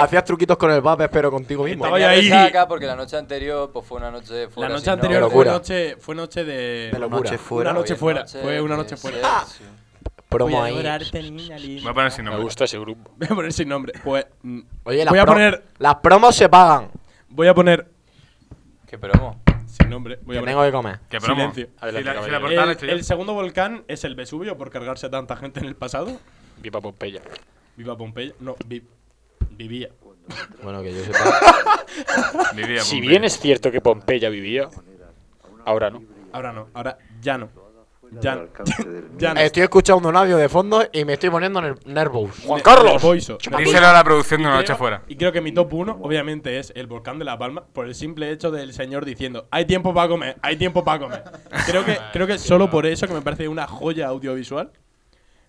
S3: hacías truquitos con el vape, pero contigo mismo.
S2: Estaba-
S7: Tenía
S2: ahí.
S7: resaca porque la noche anterior pues, fue una noche
S2: la
S7: fuera.
S2: noche
S7: sin
S2: anterior
S7: novia.
S2: fue,
S3: locura.
S2: noche, fue noche de.
S6: Una
S3: locura.
S6: noche fuera.
S2: Una noche
S7: Fue
S2: fuera,
S7: noche
S2: fue una
S7: de
S2: noche fuera.
S7: sexo.
S3: Ah. Promo ahí.
S1: Voy a poner sin
S4: Me
S1: nombre.
S4: gusta ese grupo.
S2: Voy a poner sin nombre. Pues. mm,
S3: Oye, las,
S2: voy a
S3: pro-
S2: poner.
S3: las promos se pagan.
S2: Voy a poner.
S7: Qué promo.
S2: Sin nombre. Voy a
S3: Que
S2: poner.
S3: tengo que comer.
S1: Que promo.
S2: Silencio.
S1: Si
S4: Adelante,
S1: la- si la
S4: caballero.
S1: portada la he hecho este
S2: el,
S1: yo.
S2: el segundo volcán es el Vesubio por cargarse a tanta gente en el pasado.
S4: Viva Pompeya.
S2: Viva Pompeya. No, vi- vivía.
S3: Bueno, que yo sepa.
S1: Vivía
S4: Si
S1: Pompeya.
S4: bien es cierto que Pompeya vivía, ahora no.
S2: Ahora no, ahora ya no. Ya no. ya
S1: Eh,
S2: no.
S3: Estoy escuchando un audio de fondo y me estoy poniendo ner- nervous.
S4: Juan Carlos.
S2: Boiso.
S1: Díselo a la producción de
S2: Y
S1: una
S2: creo-
S1: noche fuera.
S2: Y creo que mi top 1, obviamente, es el volcán de La Palma, por el simple hecho del señor diciendo, hay tiempo para comer, hay tiempo para comer. Creo que, creo que solo por eso, que me parece una joya audiovisual,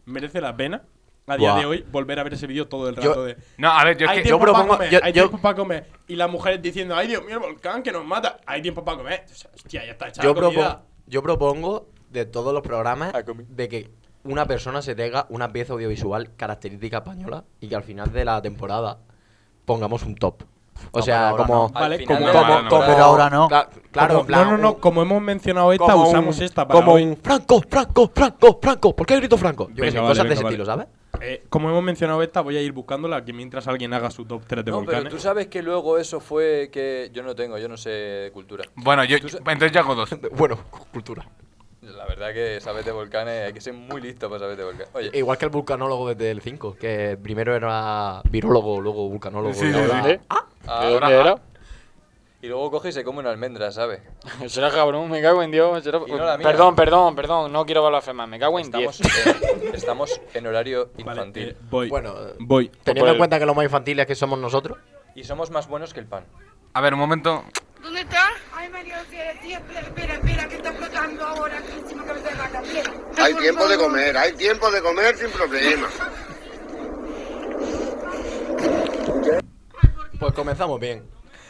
S2: merece la pena, a día
S3: Buah.
S2: de hoy, volver a ver ese vídeo todo el rato
S3: Yo-
S2: de...
S1: No, a ver, yo
S2: Hay
S1: es que.
S2: tiempo
S3: yo
S2: para
S3: propongo-
S2: comer,
S3: yo-
S2: hay
S3: yo-
S2: tiempo para comer. Y las mujeres diciendo, ay Dios mío, el volcán que nos mata, hay tiempo para comer. O sea, hostia, ya está hecha
S3: Yo,
S2: la comida.
S3: propongo, yo propongo de todos los programas
S4: A comer.
S3: de que una persona se tenga una pieza audiovisual característica española y que al final de la temporada pongamos un top. O
S6: No, pero
S3: sea,
S6: ahora
S3: como.
S2: Vale,
S7: Al final
S2: como-
S7: de
S1: como-
S7: la
S1: como-
S6: Pero
S7: temporada-
S6: ahora no.
S3: Cla- claro,
S2: Como-
S3: en plan,
S2: no, no, no,
S3: un-
S2: como hemos mencionado esta,
S3: como
S2: usamos
S3: un-
S2: esta para
S3: Como
S2: hoy.
S3: un Franco, Franco, Franco, Franco. ¿Por qué grito Franco? Yo
S2: Venga,
S3: qué sé,
S2: vale,
S3: cosas de
S2: venga,
S3: ese
S2: vale.
S3: estilo, ¿sabes?
S2: Eh, como hemos mencionado esta, voy a ir buscándola que mientras alguien haga su top 3 de
S7: No,
S2: volcanes.
S7: pero tú sabes que luego eso fue que yo no tengo, yo no sé de cultura.
S1: Bueno, yo,
S7: Tú sa-
S1: entonces yo hago dos.
S3: Bueno, cultura.
S7: La verdad que sabes de volcanes, hay que ser muy listo para saber de volcanes. Oye,
S3: Igual que el vulcanólogo desde el 5, que primero era virólogo, luego vulcanólogo.
S1: Sí,
S3: y
S1: sí,
S3: ahora-
S4: ¿Dónde? ¿De
S7: ah,
S4: dónde era?
S7: y luego coge y se come una almendra, ¿sabes?
S4: Será cabrón, me cago en Dios. será-
S7: Y no la mía.
S4: Perdón, perdón, perdón, no quiero blasfemar, me cago en
S7: Estamos,
S4: Dios.
S7: en, estamos en horario
S2: Vale, eh,
S7: infantil.
S2: voy.
S3: Bueno,
S2: voy.
S3: teniendo
S4: el-
S3: en cuenta que los más infantiles que somos nosotros.
S7: Y somos más buenos que el pan.
S1: A ver, un momento.
S5: ¿Dónde está? Ay, María, espera, tía, espera, espera, espera, que está flotando ahora aquí encima que me está vaca, espera.
S9: Hay tiempo de comer, hay tiempo de comer sin problema.
S3: Pues comenzamos bien.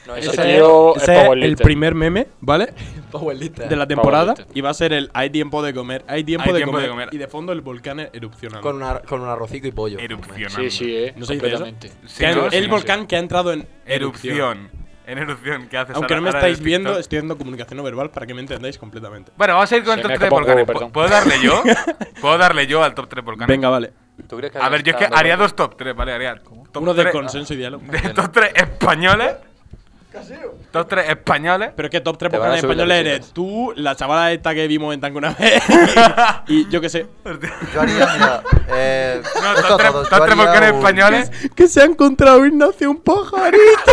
S7: No,
S4: Ese
S7: eso-
S4: tío es
S2: Ese es
S4: Power
S2: el
S4: Lifter.
S2: primer meme, ¿vale?
S3: Abuelita.
S2: De la temporada.
S4: Lifter.
S2: Y va a ser el hay tiempo de comer, hay tiempo,
S1: Hay
S2: de,
S1: tiempo
S2: comer.
S1: de comer.
S2: Y de fondo el volcán erupcionando.
S3: ¿eh? Con, una, con un arrocito y pollo.
S1: Erupcionando.
S4: Sí, sí, eh.
S2: ¿No se dice eso?
S4: completamente.
S1: Sí,
S2: Que ha-
S1: ¿no?
S2: el
S1: Sí, sí.
S2: volcán que ha entrado en
S1: Erupción. En erupción, ¿qué haces?
S2: Aunque no
S1: Ahora-
S2: me
S1: ahora
S2: estáis
S1: en
S2: viendo,
S1: TikTok.
S2: estoy haciendo comunicación no verbal para que me entendáis completamente.
S1: Bueno, vamos a ir con el
S4: Se
S1: top
S4: me
S1: 3
S4: escapa un
S1: volcanes.
S4: huevo, perdón.
S1: ¿Puedo darle yo? ¿Puedo darle yo al top 3 volcanes?
S2: Venga, vale.
S7: ¿Tú crees que
S1: A ver, yo es que
S7: está
S1: haría
S7: dando-
S1: dos top 3, ¿vale? Haría top
S2: Uno de
S1: tres-
S2: consenso y diálogo.
S1: de top 3 españoles. Top 3 españoles.
S2: Pero es que top 3
S7: Te van a
S2: volcanes
S7: subir las
S2: españoles eres
S7: visitas.
S2: tú, la chavala esta que vimos en Tango una vez. y, y yo qué sé.
S6: Yo haría, mira. Eh,
S1: No,
S6: esto
S1: top 3,
S6: todo. Yo
S1: top 3
S6: haría
S1: volcanes
S6: un-
S1: españoles.
S2: Que se ha encontrado Ignacio un pajarito.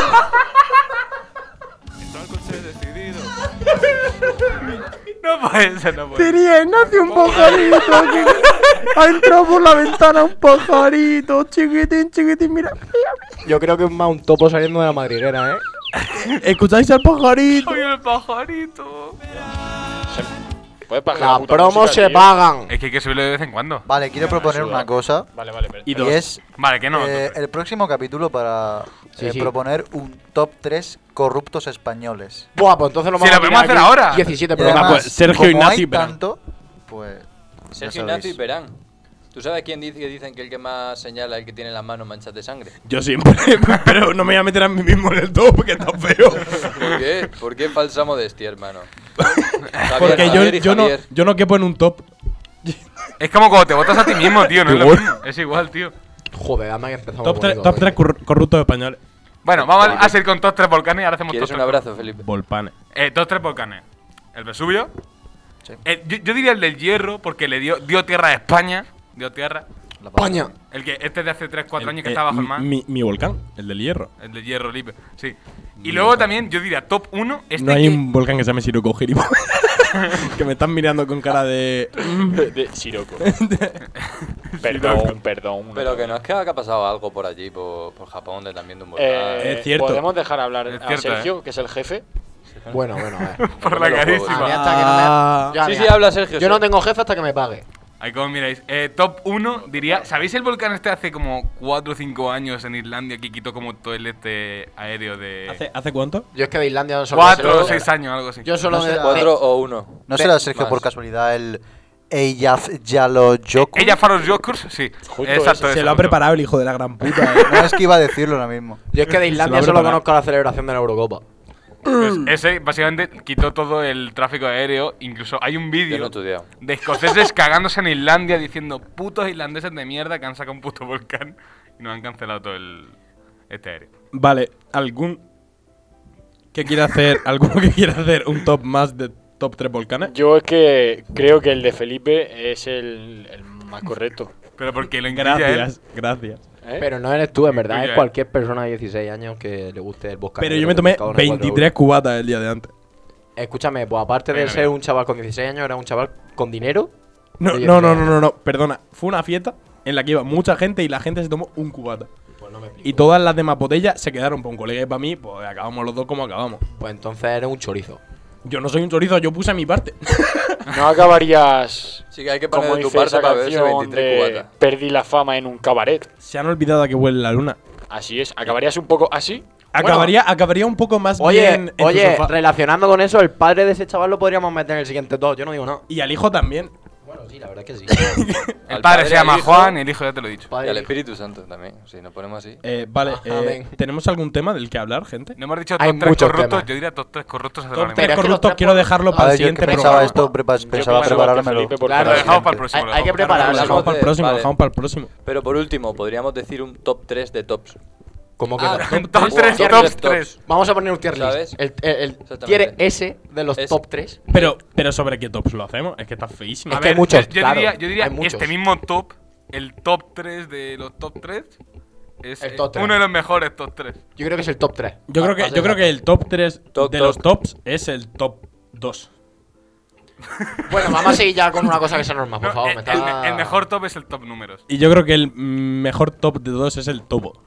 S1: No puede ser, no puede ser.
S2: Tenía Ignacio un pajarito. que- Ha entrado por la ventana un pajarito. Chiquitín, chiquitín, mira.
S3: Yo creo que es más un topo saliendo de la madriguera, ¿eh?
S2: ¿Escucháis al pajarito?
S1: Oye, el pajarito.
S4: Se- Puedes pagar
S3: Las
S4: la puta
S3: promos
S4: música,
S3: se
S4: tío.
S3: pagan.
S1: Es que hay que subirlo de vez en cuando.
S6: Vale, quiero proponer una cosa.
S4: Vale, vale, vale.
S6: Y, es
S1: Vale, que no.
S6: eh, el próximo capítulo para
S3: Sí,
S6: eh,
S3: sí.
S6: proponer un top 3 corruptos españoles.
S3: Buah, pues entonces lo
S1: Si
S3: vamos
S1: lo
S3: a
S1: podemos hacer
S3: tirar aquí.
S1: ahora.
S3: 17
S6: Y
S3: programas.
S6: además,
S2: pues, Sergio
S6: como
S2: Ignacio
S6: hay
S2: y Perán.
S6: tanto, pues ya
S7: Sergio
S6: sabéis.
S7: Ignacio y Perán. ¿Tú sabes quién dice que dicen que el que más señala es el que tiene las manos manchas de sangre?
S2: Yo siempre, pero no me voy a meter a mí mismo en el top, que está feo.
S7: ¿Por qué? ¿Por qué falsa modestia, hermano? Javier,
S2: Porque yo,
S7: Javier y
S2: yo, no,
S7: Javier.
S2: yo no quepo en un top.
S1: Es como cuando te votas a ti mismo, tío. No es, lo mismo. es igual, tío.
S3: Joder, además que empezamos
S2: Top 3,
S3: bonito,
S2: top
S3: eh.
S2: tres corru- corruptos españoles.
S1: Bueno, vamos a hacer con todos tres volcanes y ahora hacemos todos
S7: ¿Quieres un
S1: tres.
S7: abrazo, Felipe?
S2: Volpane.
S1: Eh, dos, tres volcanes. El Vesubio. Eh, yo, yo diría el del Hierro, porque le dio, dio tierra a España. Dio tierra.
S3: España.
S1: El que este es de hace 3, 4
S2: El-
S1: años que
S2: eh,
S1: está bajo el
S2: mi-
S1: mar.
S2: Mi, mi volcán, el del hierro.
S1: El del Hierro Libre, sí. Y luego también, yo diría top 1. Este
S2: no hay
S1: que-
S2: un volcán que se llame Siroco Gilipo. que me están mirando con cara de. mm,
S4: De Siroco. perdón, perdón.
S7: Pero que no es que haya pasado algo por allí, por, por Japón, de también de un volcán.
S4: Eh,
S2: Es cierto.
S4: Podemos dejar hablar
S1: Es
S4: a
S1: cierto,
S4: Sergio, que es el jefe.
S3: Bueno, bueno, a ver.
S1: Por
S7: no
S1: la
S7: me lo puedo
S1: carísima.
S3: A mí hasta que no
S2: Ah.
S3: me- Ya,
S7: sí,
S3: mira.
S7: sí, habla Sergio.
S3: Yo no
S7: sí.
S3: tengo jefe hasta que me pague.
S1: Ahí como miráis. Eh, top 1, diría. ¿Sabéis el volcán este hace como 4 o 5 años en Islandia que quitó como todo el este aéreo de.
S2: ¿Hace, hace cuánto?
S3: Yo es que de Islandia no solo
S1: 4 o
S3: sé-
S1: 6 años, algo así.
S3: Yo solo
S6: No
S3: de-
S6: sé,
S7: ¿Cuatro o uno?
S6: ¿No será Sergio
S7: Más.
S6: por casualidad el Eyjaf Yaloyoku?
S1: Ella Faros Jokers, sí.
S4: Justo
S1: Exacto,
S4: ese.
S1: ese,
S2: Se lo ha
S1: justo.
S2: preparado el hijo de la gran puta. eh.
S6: No es que iba a decirlo ahora mismo.
S3: Yo es que de Islandia
S2: Se lo
S3: solo
S2: habré parado.
S3: conozco la celebración de la Eurocopa.
S1: Pues ese básicamente quitó todo el tráfico aéreo. Incluso hay un
S7: Yo no he
S1: vídeo
S7: estudiado.
S1: de escoceses cagándose en Islandia diciendo putos islandeses de mierda que han sacado un puto volcán y nos han cancelado todo el este aéreo.
S2: Vale, algún. que quiera hacer? ¿Alguno que quiera hacer un top más de top 3 volcanes?
S4: Yo es que creo que el de Felipe es el, el más correcto.
S1: Pero porque lo incluye a él.
S2: Gracias, gracias.
S4: ¿eh?
S3: Pero no eres tú, en verdad.
S1: Oye,
S3: Es
S1: eh.
S3: cualquier persona de 16 años que le guste el bosque.
S2: Pero yo me tomé 23 cubatas el día de antes.
S3: Escúchame, pues aparte de
S1: Venga,
S3: ser
S1: venga.
S3: un chaval con 16 años, era un chaval con dinero.
S2: No,
S3: Oye,
S2: no, no,
S3: pero-
S2: no, no, no, perdona. Fue una fiesta en la que iba mucha gente y la gente se tomó un cubata.
S3: Pues
S2: y todas las demás botellas se quedaron para un colega y para mí, pues acabamos los dos como acabamos.
S3: Pues entonces eres un chorizo.
S2: Yo no soy un chorizo, yo puse mi parte.
S4: No acabarías.
S7: Sí, que hay que poner
S4: Como
S7: de tu
S4: dice
S7: parte
S4: esa
S7: para beberse
S4: canción
S7: 23
S4: de
S7: cubatas.
S4: Perdí la fama en un cabaret.
S2: se han olvidado a que huele la luna.
S4: Así es. ¿Acabarías un poco así?
S2: Acabaría, acabaría un poco más
S3: Oye,
S2: bien en tu
S3: oye,
S2: sofá.
S3: relacionando con eso, el padre de ese chaval lo podríamos meter en el siguiente dos. Yo no digo no.
S2: Y al hijo también.
S3: Bueno, sí, la verdad es que sí.
S1: El
S7: Al
S1: padre se
S7: al
S1: llama
S7: hijo
S1: Juan, el hijo ya te lo he dicho.
S7: Y al
S3: Padre,
S7: Espíritu Santo también. Si nos ponemos así.
S2: Eh, vale, eh,
S3: Amén.
S2: ¿tenemos algún tema del que hablar, gente?
S1: No hemos dicho
S3: Hay
S1: top 3
S3: muchos
S1: corruptos,
S3: temas.
S1: yo diría top 3 corruptos hacia
S2: Top
S1: la
S2: tres
S3: es que los
S2: corruptos
S3: tres
S2: quiero
S3: por-
S2: dejarlo
S6: A
S2: para el
S6: ver, yo es que
S2: siguiente
S6: pensaba
S2: programa.
S6: esto, prepa- pensaba
S4: pienso igual que
S6: preparármelo.
S4: Felipe, porque-
S3: Claro,
S1: Lo dejamos para el
S3: hay,
S1: próximo. lo
S3: hay que
S1: dejamos para el
S2: Lo
S3: prepararlo.
S2: dejamos para el próximo, lo
S7: Vale.
S2: dejamos para el próximo.
S7: Pero por último, podríamos decir un top 3 de tops.
S3: Como que Ah, no.
S1: próximo. Top 3,
S7: Tier
S1: top
S7: list,
S1: 3.
S3: Vamos a poner un tier list.
S7: ¿Sabes?
S3: El, el, el
S7: Exactamente.
S3: tier S de los
S7: Ese.
S3: top 3.
S2: Pero, pero sobre qué tops lo hacemos, es que está feísimo.
S3: Es que hay muchos,
S1: yo,
S3: claro,
S1: diría, yo diría
S3: hay muchos.
S1: este mismo top, el top 3 de los top 3, es
S3: El
S1: eh,
S3: top tres.
S1: uno de los mejores top 3.
S3: Yo creo que es el top 3.
S2: Yo creo que, yo creo que el top 3
S7: Top,
S2: de
S7: top.
S2: los tops es el top 2.
S3: Bueno, vamos a seguir ya con una cosa que sea normal, por favor.
S1: el,
S3: me
S1: eh, el-
S3: está-
S1: el mejor top es el top números.
S2: Y yo creo que el mm, mejor top de todos es el topo.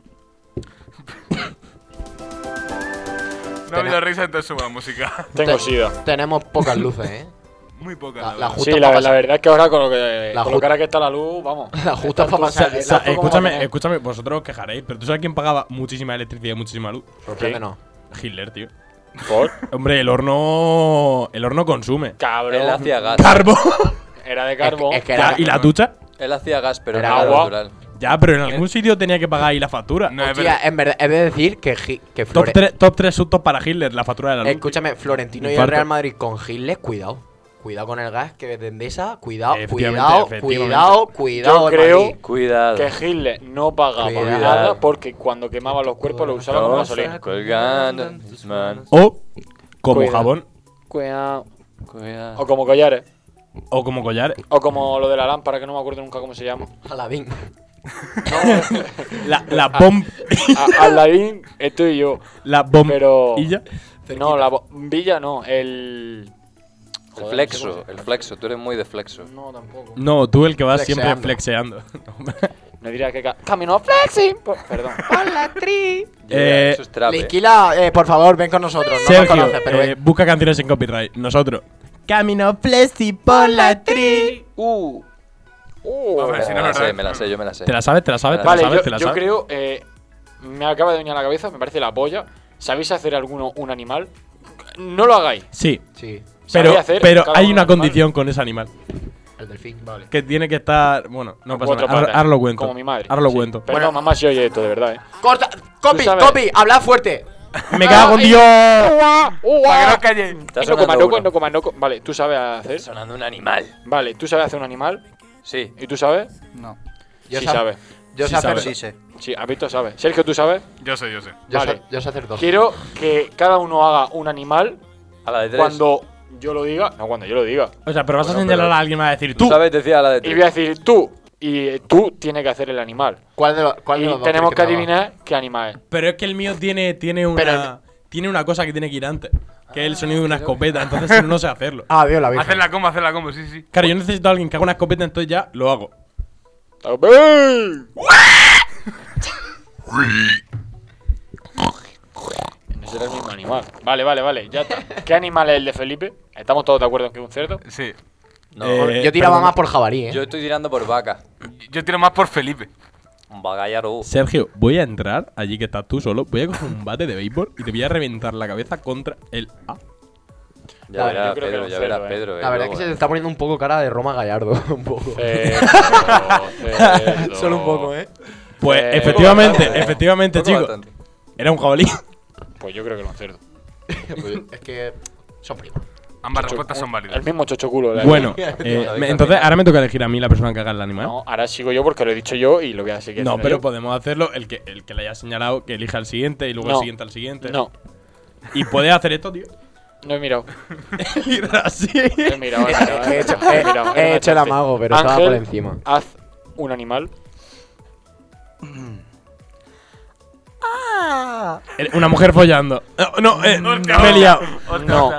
S1: No ha habido risa, entonces suba la música.
S4: Tengo
S3: Te-
S4: sida.
S3: Tenemos pocas luces, ¿eh?
S1: Muy poca.
S3: La,
S1: La,
S3: la
S1: verdad.
S3: justa
S4: Sí, la,
S3: para
S4: la verdad es que ahora con lo que,
S3: La
S4: con lo
S3: ju-
S4: cara que está la luz, vamos.
S3: La justa para
S2: O sea,
S3: pasar.
S2: o sea,
S3: la justa para
S2: escúchame,
S3: tener.
S2: escúchame, vosotros os quejaréis, pero tú sabes quién pagaba muchísima electricidad y muchísima luz.
S3: Sorpréndenos.
S2: Hitler, tío.
S4: Por
S2: Hombre, el horno. El horno consume.
S4: cabrón.
S7: Él hacía gas.
S2: Carbón.
S4: Era de carbón.
S3: Es que
S2: Ya,
S3: era.
S2: ¿Y la ducha?
S7: Él hacía gas, pero
S3: Era
S7: no era
S4: agua.
S7: natural.
S2: Ya, pero en
S4: Eh,
S2: algún sitio tenía que pagar ahí la factura.
S1: No, es
S3: Hostia,
S1: verdad.
S3: en verdad, he de decir que, Gi- que
S2: Top
S3: Flore-
S2: 3, top tres sustos para Hitler, la factura de la luz.
S3: Escúchame, Florentino y el
S2: Infarto.
S3: Real Madrid con Hitler, cuidado. Cuidado con el gas que de Endesa, cuidado,
S2: Efectivamente,
S3: cuidado,
S2: efectivamente.
S3: cuidado, cuidado.
S4: Yo
S3: el
S4: creo-
S3: Madrid.
S7: Cuidado.
S4: Que Hitler no pagaba
S3: Cuidado.
S4: nada porque cuando quemaba los cuerpos lo usaba como
S7: Vamos
S4: gasolina.
S7: colgando en tus manos.
S2: O como
S4: Cuidado.
S2: jabón,
S4: Cuidado.
S7: Cuidado.
S4: O como collares.
S2: o como collar.
S4: O como lo de la lámpara, que no me acuerdo nunca cómo se llama.
S3: Alabín.
S2: La, la bomb.
S4: A- Alain, esto y yo.
S2: la bomb.
S4: Pero-
S2: y ya.
S4: No, la bombilla no. El.
S7: El
S4: Joder, no sé
S7: flexo,
S4: cómo
S7: el flexo. Tú eres muy de flexo.
S4: se- No, tampoco.
S2: No, tú el que vas siempre flexeando.
S3: Flexeando.
S4: No diría que. ca- Camino flexing. Por- Perdón.
S7: Yo diría,
S2: Eh,
S7: Eso es trap, eh.
S3: Liquila, eh, por favor, ven con nosotros. No nos
S2: Sergio,
S3: conoces, pero
S2: eh,
S3: ven.
S2: busca canciones sin copyright. Nosotros, Camino Plesi por la tri.
S7: Uh.
S4: Uh.
S7: Me la sé, me la sé, yo me la sé.
S2: ¿Te la sabes? ¿Te la sabes?
S7: Me
S2: ¿Te la
S4: Vale,
S2: sabes?
S4: yo,
S2: ¿Te la
S4: yo
S2: sabes?
S4: creo. eh, me acaba de venir a la cabeza, me parece la polla. ¿Sabéis hacer alguno un animal? No lo hagáis.
S2: Sí.
S3: Sí.
S2: Pero,
S4: Sabía hacer
S2: pero
S4: cada
S2: hay
S4: uno
S2: una
S4: normal.
S2: condición con ese animal.
S3: El delfín. Vale.
S2: Que tiene que estar. Bueno, no
S4: Con
S2: pasa
S4: cuatro
S2: nada. Ahora-
S4: patas,
S2: Ahora lo cuento.
S4: Como mi madre.
S2: Ahora lo
S4: sí.
S2: cuento.
S4: Pero no, mamá, si oye esto, de verdad, eh.
S3: Corta, copy,
S4: sabes.
S3: copy, habla fuerte.
S2: ¡Me cago en Dios!
S1: Para que no calle.
S7: Está
S4: No
S7: sonando
S4: coma, no,
S7: uno.
S4: coma, no coma, no coma. Vale, tú sabes hacer.
S7: Sonando un animal.
S4: Vale, tú sabes hacer un animal.
S7: Sí.
S4: ¿Y tú sabes?
S6: No.
S3: Yo
S4: sí,
S3: sab-
S4: sabes.
S3: Yo
S2: Sí
S3: sé hacer.
S2: sabe.
S6: Sí sé.
S4: Sí, has visto, sabes. Sergio, tú sabes.
S1: Yo sé, yo sé.
S3: Yo,
S4: Vale.
S3: sé, yo sé hacer dos.
S4: Quiero que cada uno haga un animal
S7: A la de tres.
S4: cuando yo lo diga. No, cuando yo lo diga.
S2: O sea, pero vas a
S7: Bueno,
S2: señalar
S7: pero-
S2: a alguien y vas a decir
S7: Tú
S2: tú.
S7: sabes, decía a la de
S4: Y voy a
S7: tres.
S4: decir tú. Y eh, tú tienes que hacer el animal.
S3: ¿Cuál de los, cuál de los
S4: Y
S3: dos
S4: tenemos que
S3: crees me haga?
S4: adivinar qué animal es.
S2: Pero es que el mío tiene, tiene una.
S3: Pero-
S2: Tiene una cosa que tiene que ir antes. Que es el sonido de una escopeta. Entonces si no, no sé hacerlo.
S3: Ah, veo la
S1: Hacer
S3: virgen.
S1: la combo, hacer la combo, sí, sí.
S2: Claro, yo necesito a alguien que haga una escopeta, entonces ya lo hago.
S4: No será el mismo animal. Vale, vale, vale. Ya está. ¿Qué animal es el de Felipe? Estamos todos de acuerdo en que es un cerdo.
S1: Sí.
S7: No.
S2: Eh,
S3: Yo tiraba
S2: perdón.
S3: más por jabalí, eh.
S7: Yo estoy tirando por vaca.
S1: Yo tiro más por Felipe.
S7: Un uh. bagallaro.
S2: Sergio, voy a entrar allí que estás tú solo. Voy a coger un bate de béisbol y te voy a reventar la cabeza contra el A.
S7: Ya verás,
S4: yo creo que
S7: Pedro,
S4: era
S7: ya
S4: un
S7: verás,
S4: cerdo, eh.
S7: Pedro. eh,
S3: La verdad es
S7: luego,
S3: que se
S7: eh.
S3: te está poniendo un poco cara de Roma Gallardo. Un poco.
S4: Eh, Cerdo,
S3: Solo un poco, eh.
S2: Pues
S4: Eh,
S2: efectivamente,
S7: bastante.
S2: efectivamente,
S7: Poco
S2: chicos.
S7: bastante.
S2: Era un jabalí.
S4: Pues yo creo que era un cerdo.
S3: es que son primos.
S1: Ambas
S4: Chocho-
S1: respuestas son válidas.
S4: El mismo chocho culo. la
S2: Bueno,
S4: verdad.
S2: eh, me- entonces ahora me toca elegir a mí la persona que haga el animal.
S4: No, ahora sigo yo porque lo he dicho yo y lo voy a seguir.
S2: No,
S4: haciendo
S2: pero
S4: yo.
S2: podemos hacerlo el que, el que le haya señalado que elija al siguiente y luego
S4: No.
S2: el siguiente al siguiente.
S4: No,
S2: Y puedes hacer esto, tío.
S4: no he mirado.
S2: Ir así.
S4: No he mirado. no he mirado,
S3: He hecho,
S4: no he
S3: he-
S4: mirado,
S3: he
S4: no me
S3: hecho el
S4: echaste.
S3: amago, pero estaba por
S4: Ángel,
S3: encima.
S4: Haz un animal.
S2: Eh, Una mujer follando. No, no, eh, me he liado.
S4: No.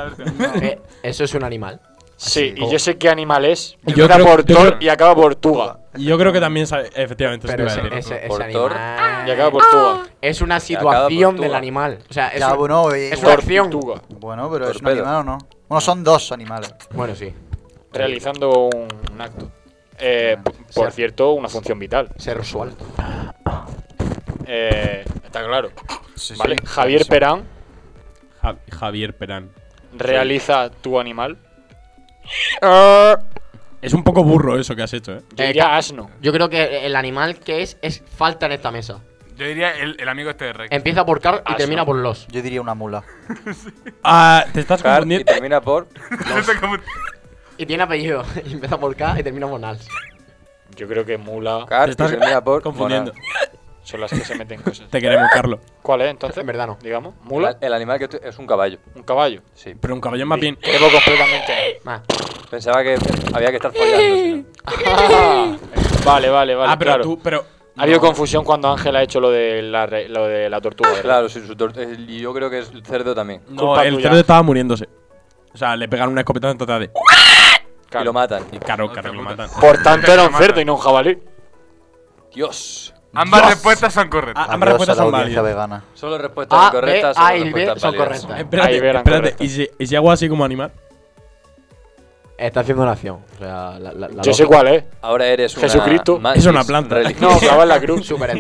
S3: Eh, Eso es un animal.
S2: Pues
S4: Sí, y
S3: como-
S4: yo sé qué animal es.
S2: Yo
S4: Empieza
S2: creo-
S4: por
S2: yo
S4: Thor
S2: creo-
S4: y acaba por Tuga.
S2: Yo creo que también sabe, efectivamente. eso
S3: Pero
S2: te iba a
S3: ese,
S2: decir.
S3: ese, ese
S7: Por Thor.
S3: animal.
S4: Y acaba por Tuga.
S3: Es una
S7: acaba por
S3: situación
S7: Tuga.
S3: del animal. O sea, es
S6: Ya,
S3: un-
S6: bueno, eh,
S3: es una
S4: Thor y
S3: acción.
S4: Tuga.
S6: Bueno, pero es un
S7: Torpedo.
S6: animal o no. Bueno, son dos animales.
S3: Bueno, sí.
S4: Realizando un acto. Eh, p- por cierto, una función vital.
S3: Sexual.
S4: Eh, está claro.
S6: Sí,
S4: ¿Vale?
S6: sí.
S4: Javier Perán
S2: Ja- Javier Perán.
S4: realiza tu animal.
S2: Es un poco burro eso que has hecho, ¿eh?
S4: Yo
S3: Eh,
S4: diría
S3: ca-
S4: asno.
S3: Yo creo que el animal que es es falta en esta mesa.
S1: Yo diría el, el amigo este de Rex.
S3: Empieza por car y
S4: Asno.
S3: termina por los.
S6: Yo diría una mula.
S2: Ah, te estás
S7: Car y
S2: confundiendo.
S7: termina por.
S3: Y tiene apellido. Y empieza por K y termina por Nals.
S4: Yo creo que mula
S7: Car
S2: Te
S7: y
S2: estás
S7: termina por.
S2: confundiendo.
S7: monar.
S4: son las que se meten cosas.
S2: Te queremos, Carlos.
S4: ¿Cuál es entonces?
S3: En verdad no.
S4: Digamos, mula,
S7: El animal que estoy- es un caballo.
S4: un caballo.
S7: Sí.
S2: Pero un caballón más bien.
S4: Debo completamente.
S3: Ah,
S7: Pensaba que había que estar follando. si no.
S4: Ah, vale, vale, vale.
S2: ah, pero
S4: claro.
S2: tú, pero.
S4: Ha habido
S2: no.
S4: confusión cuando Ángel ha hecho lo de la, re- lo de la tortuga. ¿verdad?
S7: Claro, sí, su tor- el- y yo creo que es el cerdo también.
S2: No,
S4: culpa
S2: el
S4: tuya.
S2: cerdo estaba muriéndose. O sea, le pegaron una escopeta en total de.
S7: Y lo matan.
S2: Y Claro,
S1: Hostia
S2: claro, que lo
S1: puta.
S2: matan.
S4: Por tanto, era un cerdo y no un jabalí.
S7: Dios.
S1: Ambas respuestas son correctas.
S2: Ah, ambas
S6: Adiós a
S2: respuestas
S6: la
S2: son
S6: audiencia
S2: válidas.
S6: vegana.
S7: Solo respuestas
S3: A, B,
S7: incorrectas.
S3: A
S7: solo
S3: Ah, y B
S7: respuestas
S3: son
S7: válidas.
S3: correctas.
S2: Espérate,
S4: Ahí verán,
S2: espérate.
S4: correcto.
S2: ¿Y si, y si hago así como animal?
S3: Está haciendo una acción. O sea, la, la, la
S4: Yo sé cuál es.
S7: Ahora eres una.
S4: Jesucristo.
S7: mantis
S2: Es una planta.
S7: religiosa.
S4: No, clavaba en la cruz.
S3: Super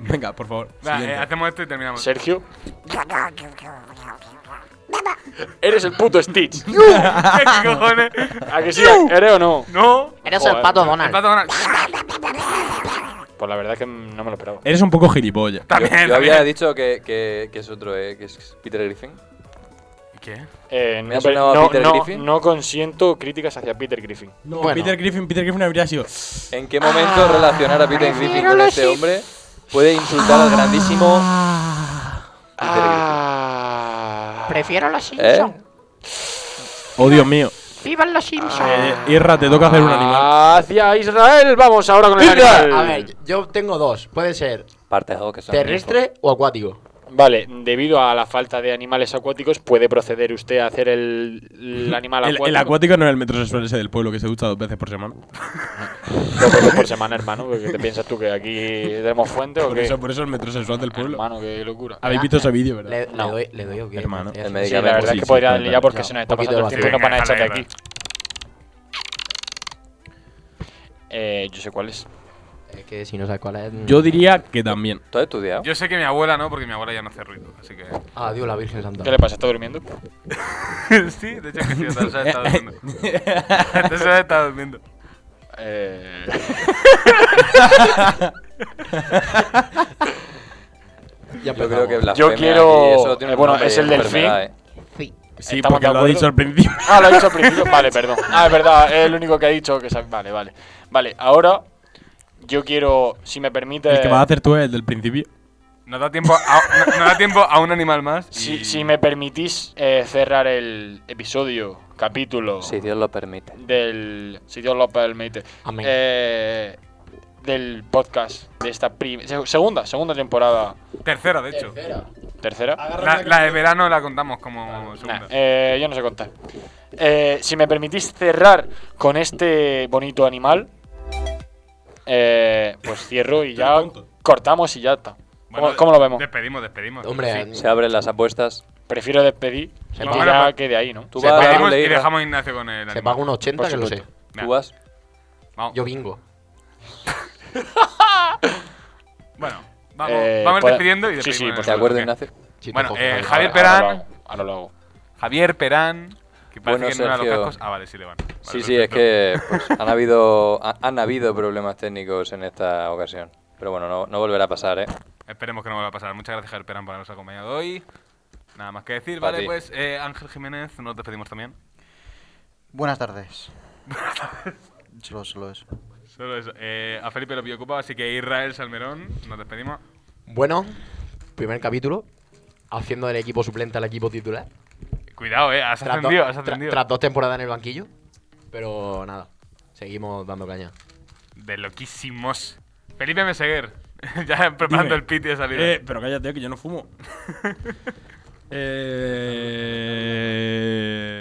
S2: Venga, por favor.
S1: Va, eh,
S2: siguiente.
S1: hacemos esto y terminamos.
S4: Sergio. Eres el puto Stitch.
S1: ¿Qué cojones?
S4: ¿A que sí? ¿Eres o no?
S1: No.
S3: Eres
S4: Joder.
S3: el pato
S1: El
S3: Donald.
S1: pato Donald.
S4: Pues la verdad es que no me lo esperaba.
S2: Eres un poco gilipollas.
S7: Yo-
S1: También.
S7: Yo, había
S1: también.
S7: dicho que, que, que es otro, eh, que es Peter Griffin.
S1: ¿Qué?
S4: Eh,
S7: ¿Me
S4: no,
S7: ha sonado a
S4: no,
S7: Peter
S4: no-
S7: Griffin?
S4: no consiento críticas hacia Peter Griffin.
S2: No,
S3: Bueno.
S2: Peter Griffin, Peter Griffin habría sido.
S7: ¿En qué momento relacionar a Peter Griffin con este hombre puede insultar al grandísimo Peter
S3: Prefiero los
S7: Griffin? ¿Eh?
S2: Oh, Dios mío.
S3: ¡Vivan los Simpsons!
S2: Eh, Irra, te toca hacer un animal.
S4: Hacia Israel, vamos ahora con el
S7: Venga.
S4: animal.
S3: A ver, yo tengo dos. Puede ser
S7: Parte dos que son.
S3: terrestre o acuático.
S4: Vale, debido a la falta de animales acuáticos, puede proceder usted a hacer el, el animal
S2: El,
S4: acuático.
S2: el acuático no es el metrosexual ese del pueblo que se ducha dos veces por semana.
S4: Dos veces por semana, hermano. porque te piensas tú que aquí tenemos fuente o
S2: Por
S4: qué?
S2: eso- por eso el metrosexual del pueblo.
S4: Hermano, qué locura.
S2: Habéis visto ese vídeo, ¿verdad?
S3: Le, le doy, le doy o qué?
S2: Hermano.
S3: Sí,
S7: El
S3: sí,
S4: Sí,
S7: medicamento.
S4: la verdad es que
S2: sí,
S4: podría darle
S2: cuéntale.
S4: ya porque
S3: Ya,
S4: se nos
S3: un
S4: está
S3: poquito
S4: pasando el
S3: de
S4: tiempo y nos van a
S1: vacío.
S4: echar de
S1: Venga,
S4: aquí. Eh, yo sé cuál es.
S3: Es que si no sabes cuál es.
S2: Yo diría que también.
S7: ¿Tú has estudiado?
S1: Yo sé que mi abuela no, porque mi abuela ya no hace ruido, así que...
S3: Ah, Dios, la Virgen Santa.
S4: ¿Qué le pasa? ¿Está durmiendo?
S1: sí, de hecho que sí, te has estado durmiendo. Te has estado durmiendo.
S4: Eh...
S3: Ya
S7: Yo creo que
S3: empezamos.
S7: blasfemia
S4: Yo quiero-
S7: aquí, eso tiene
S4: eh,
S7: un
S4: bueno,
S7: nombre y
S4: es el
S7: una
S4: delfín.
S7: enfermedad, ¿eh?
S2: Sí,
S4: ¿Estamos
S2: porque
S4: de
S2: lo ha
S4: acuerdo?
S2: dicho al principio.
S4: Ah, lo he dicho al principio. Vale, perdón. Ah, es verdad, es el único que ha dicho que sabe. Vale, vale. Vale, ahora yo quiero, si me permite.
S2: El que vas a hacer tú es el del principio.
S1: Nos da tiempo a, no, nos da tiempo a un animal más.
S4: Si,
S1: y-
S4: si me permitís eh, cerrar el episodio, capítulo
S7: Si Dios lo permite.
S4: del. Si Dios lo permite.
S3: Amén.
S4: eh, del podcast de esta prim- se- segunda, segunda temporada.
S1: Tercera, de hecho.
S4: Tercera.
S1: La, la de verano la contamos como
S4: Nah,
S1: Ah, segunda.
S4: eh, yo no sé contar. Eh, si me permitís cerrar con este bonito animal, eh, pues cierro y ya cortamos y ya está. ¿Cómo,
S1: Bueno,
S4: cómo lo vemos?
S1: Despedimos, despedimos.
S3: Hombre,
S1: Sí.
S7: Se abren las apuestas.
S4: Prefiero despedir y
S1: paga.
S4: que ya quede ahí, ¿no?
S7: Tú
S1: Se
S7: vas a
S1: despedimos
S7: darle
S1: y
S7: ira.
S1: dejamos a Ignacio con el
S3: se
S1: animal.
S3: paga un 80, que lo sé.
S1: Nah,
S7: Tú vas.
S1: vamos.
S3: Yo bingo.
S1: Bueno, vamos,
S4: Eh,
S1: vamos
S4: puede-
S1: despidiendo y
S4: sí, sí,
S1: despedimos. en
S4: por
S1: el
S7: ¿Te
S1: otro,
S7: acuerdas,
S1: ok.
S7: Ignacio?
S3: Si te
S1: Bueno,
S3: coges
S1: eh,
S3: algo.
S1: Javier
S4: Ahora lo
S1: Perán.
S4: hago, ahora lo hago.
S1: Javier Perán, que parece
S7: Bueno,
S1: que no eran los
S7: Sergio.
S1: cascos. Ah, vale, sí le van. Vale,
S7: sí, sí, es
S1: perfecto.
S7: que pues, han, habido, ha- han habido problemas técnicos en esta ocasión. Pero bueno, no, no volverá a pasar, ¿eh?
S1: Esperemos que no vuelva a pasar. Muchas gracias, Javier Perán, por habernos acompañado hoy. Nada más que decir,
S7: Pa'
S1: vale,
S7: ti.
S1: pues eh, Ángel Jiménez, nos despedimos también.
S6: Buenas tardes. solo, solo eso.
S1: Solo eso. Eh, a Felipe lo pillo ocupado, así que Israel Salmerón, nos despedimos.
S3: Bueno, primer capítulo. Haciendo del equipo suplente al equipo titular.
S1: Cuidado, eh, has
S3: Tras do-
S1: ascendido, has
S3: tra-
S1: ascendido.
S3: tras dos temporadas en el banquillo. Pero nada, seguimos dando caña.
S1: De loquísimos. Felipe Meseguer, ya preparando
S2: Dime.
S1: el pit de salida.
S2: Eh, pero cállate, que yo no fumo.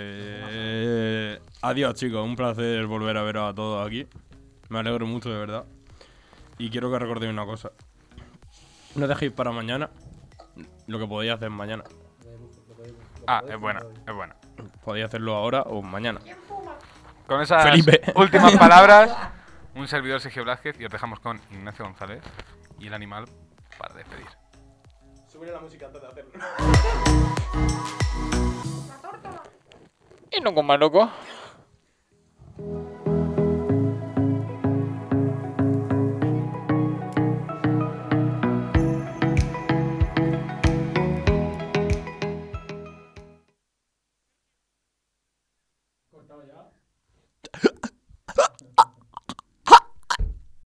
S2: Eh, adiós, chicos. Un placer volver a ver a todos aquí. Me alegro mucho, de verdad. Y quiero que recordéis una cosa. No dejéis para mañana lo que podéis hacer mañana.
S1: ah, es buena, es buena.
S2: Podéis hacerlo ahora o mañana.
S1: Con esas
S2: Felipe.
S1: últimas palabras, un servidor Sergio Blázquez y os dejamos con Ignacio González y el animal para despedir.
S4: Y no con más loco.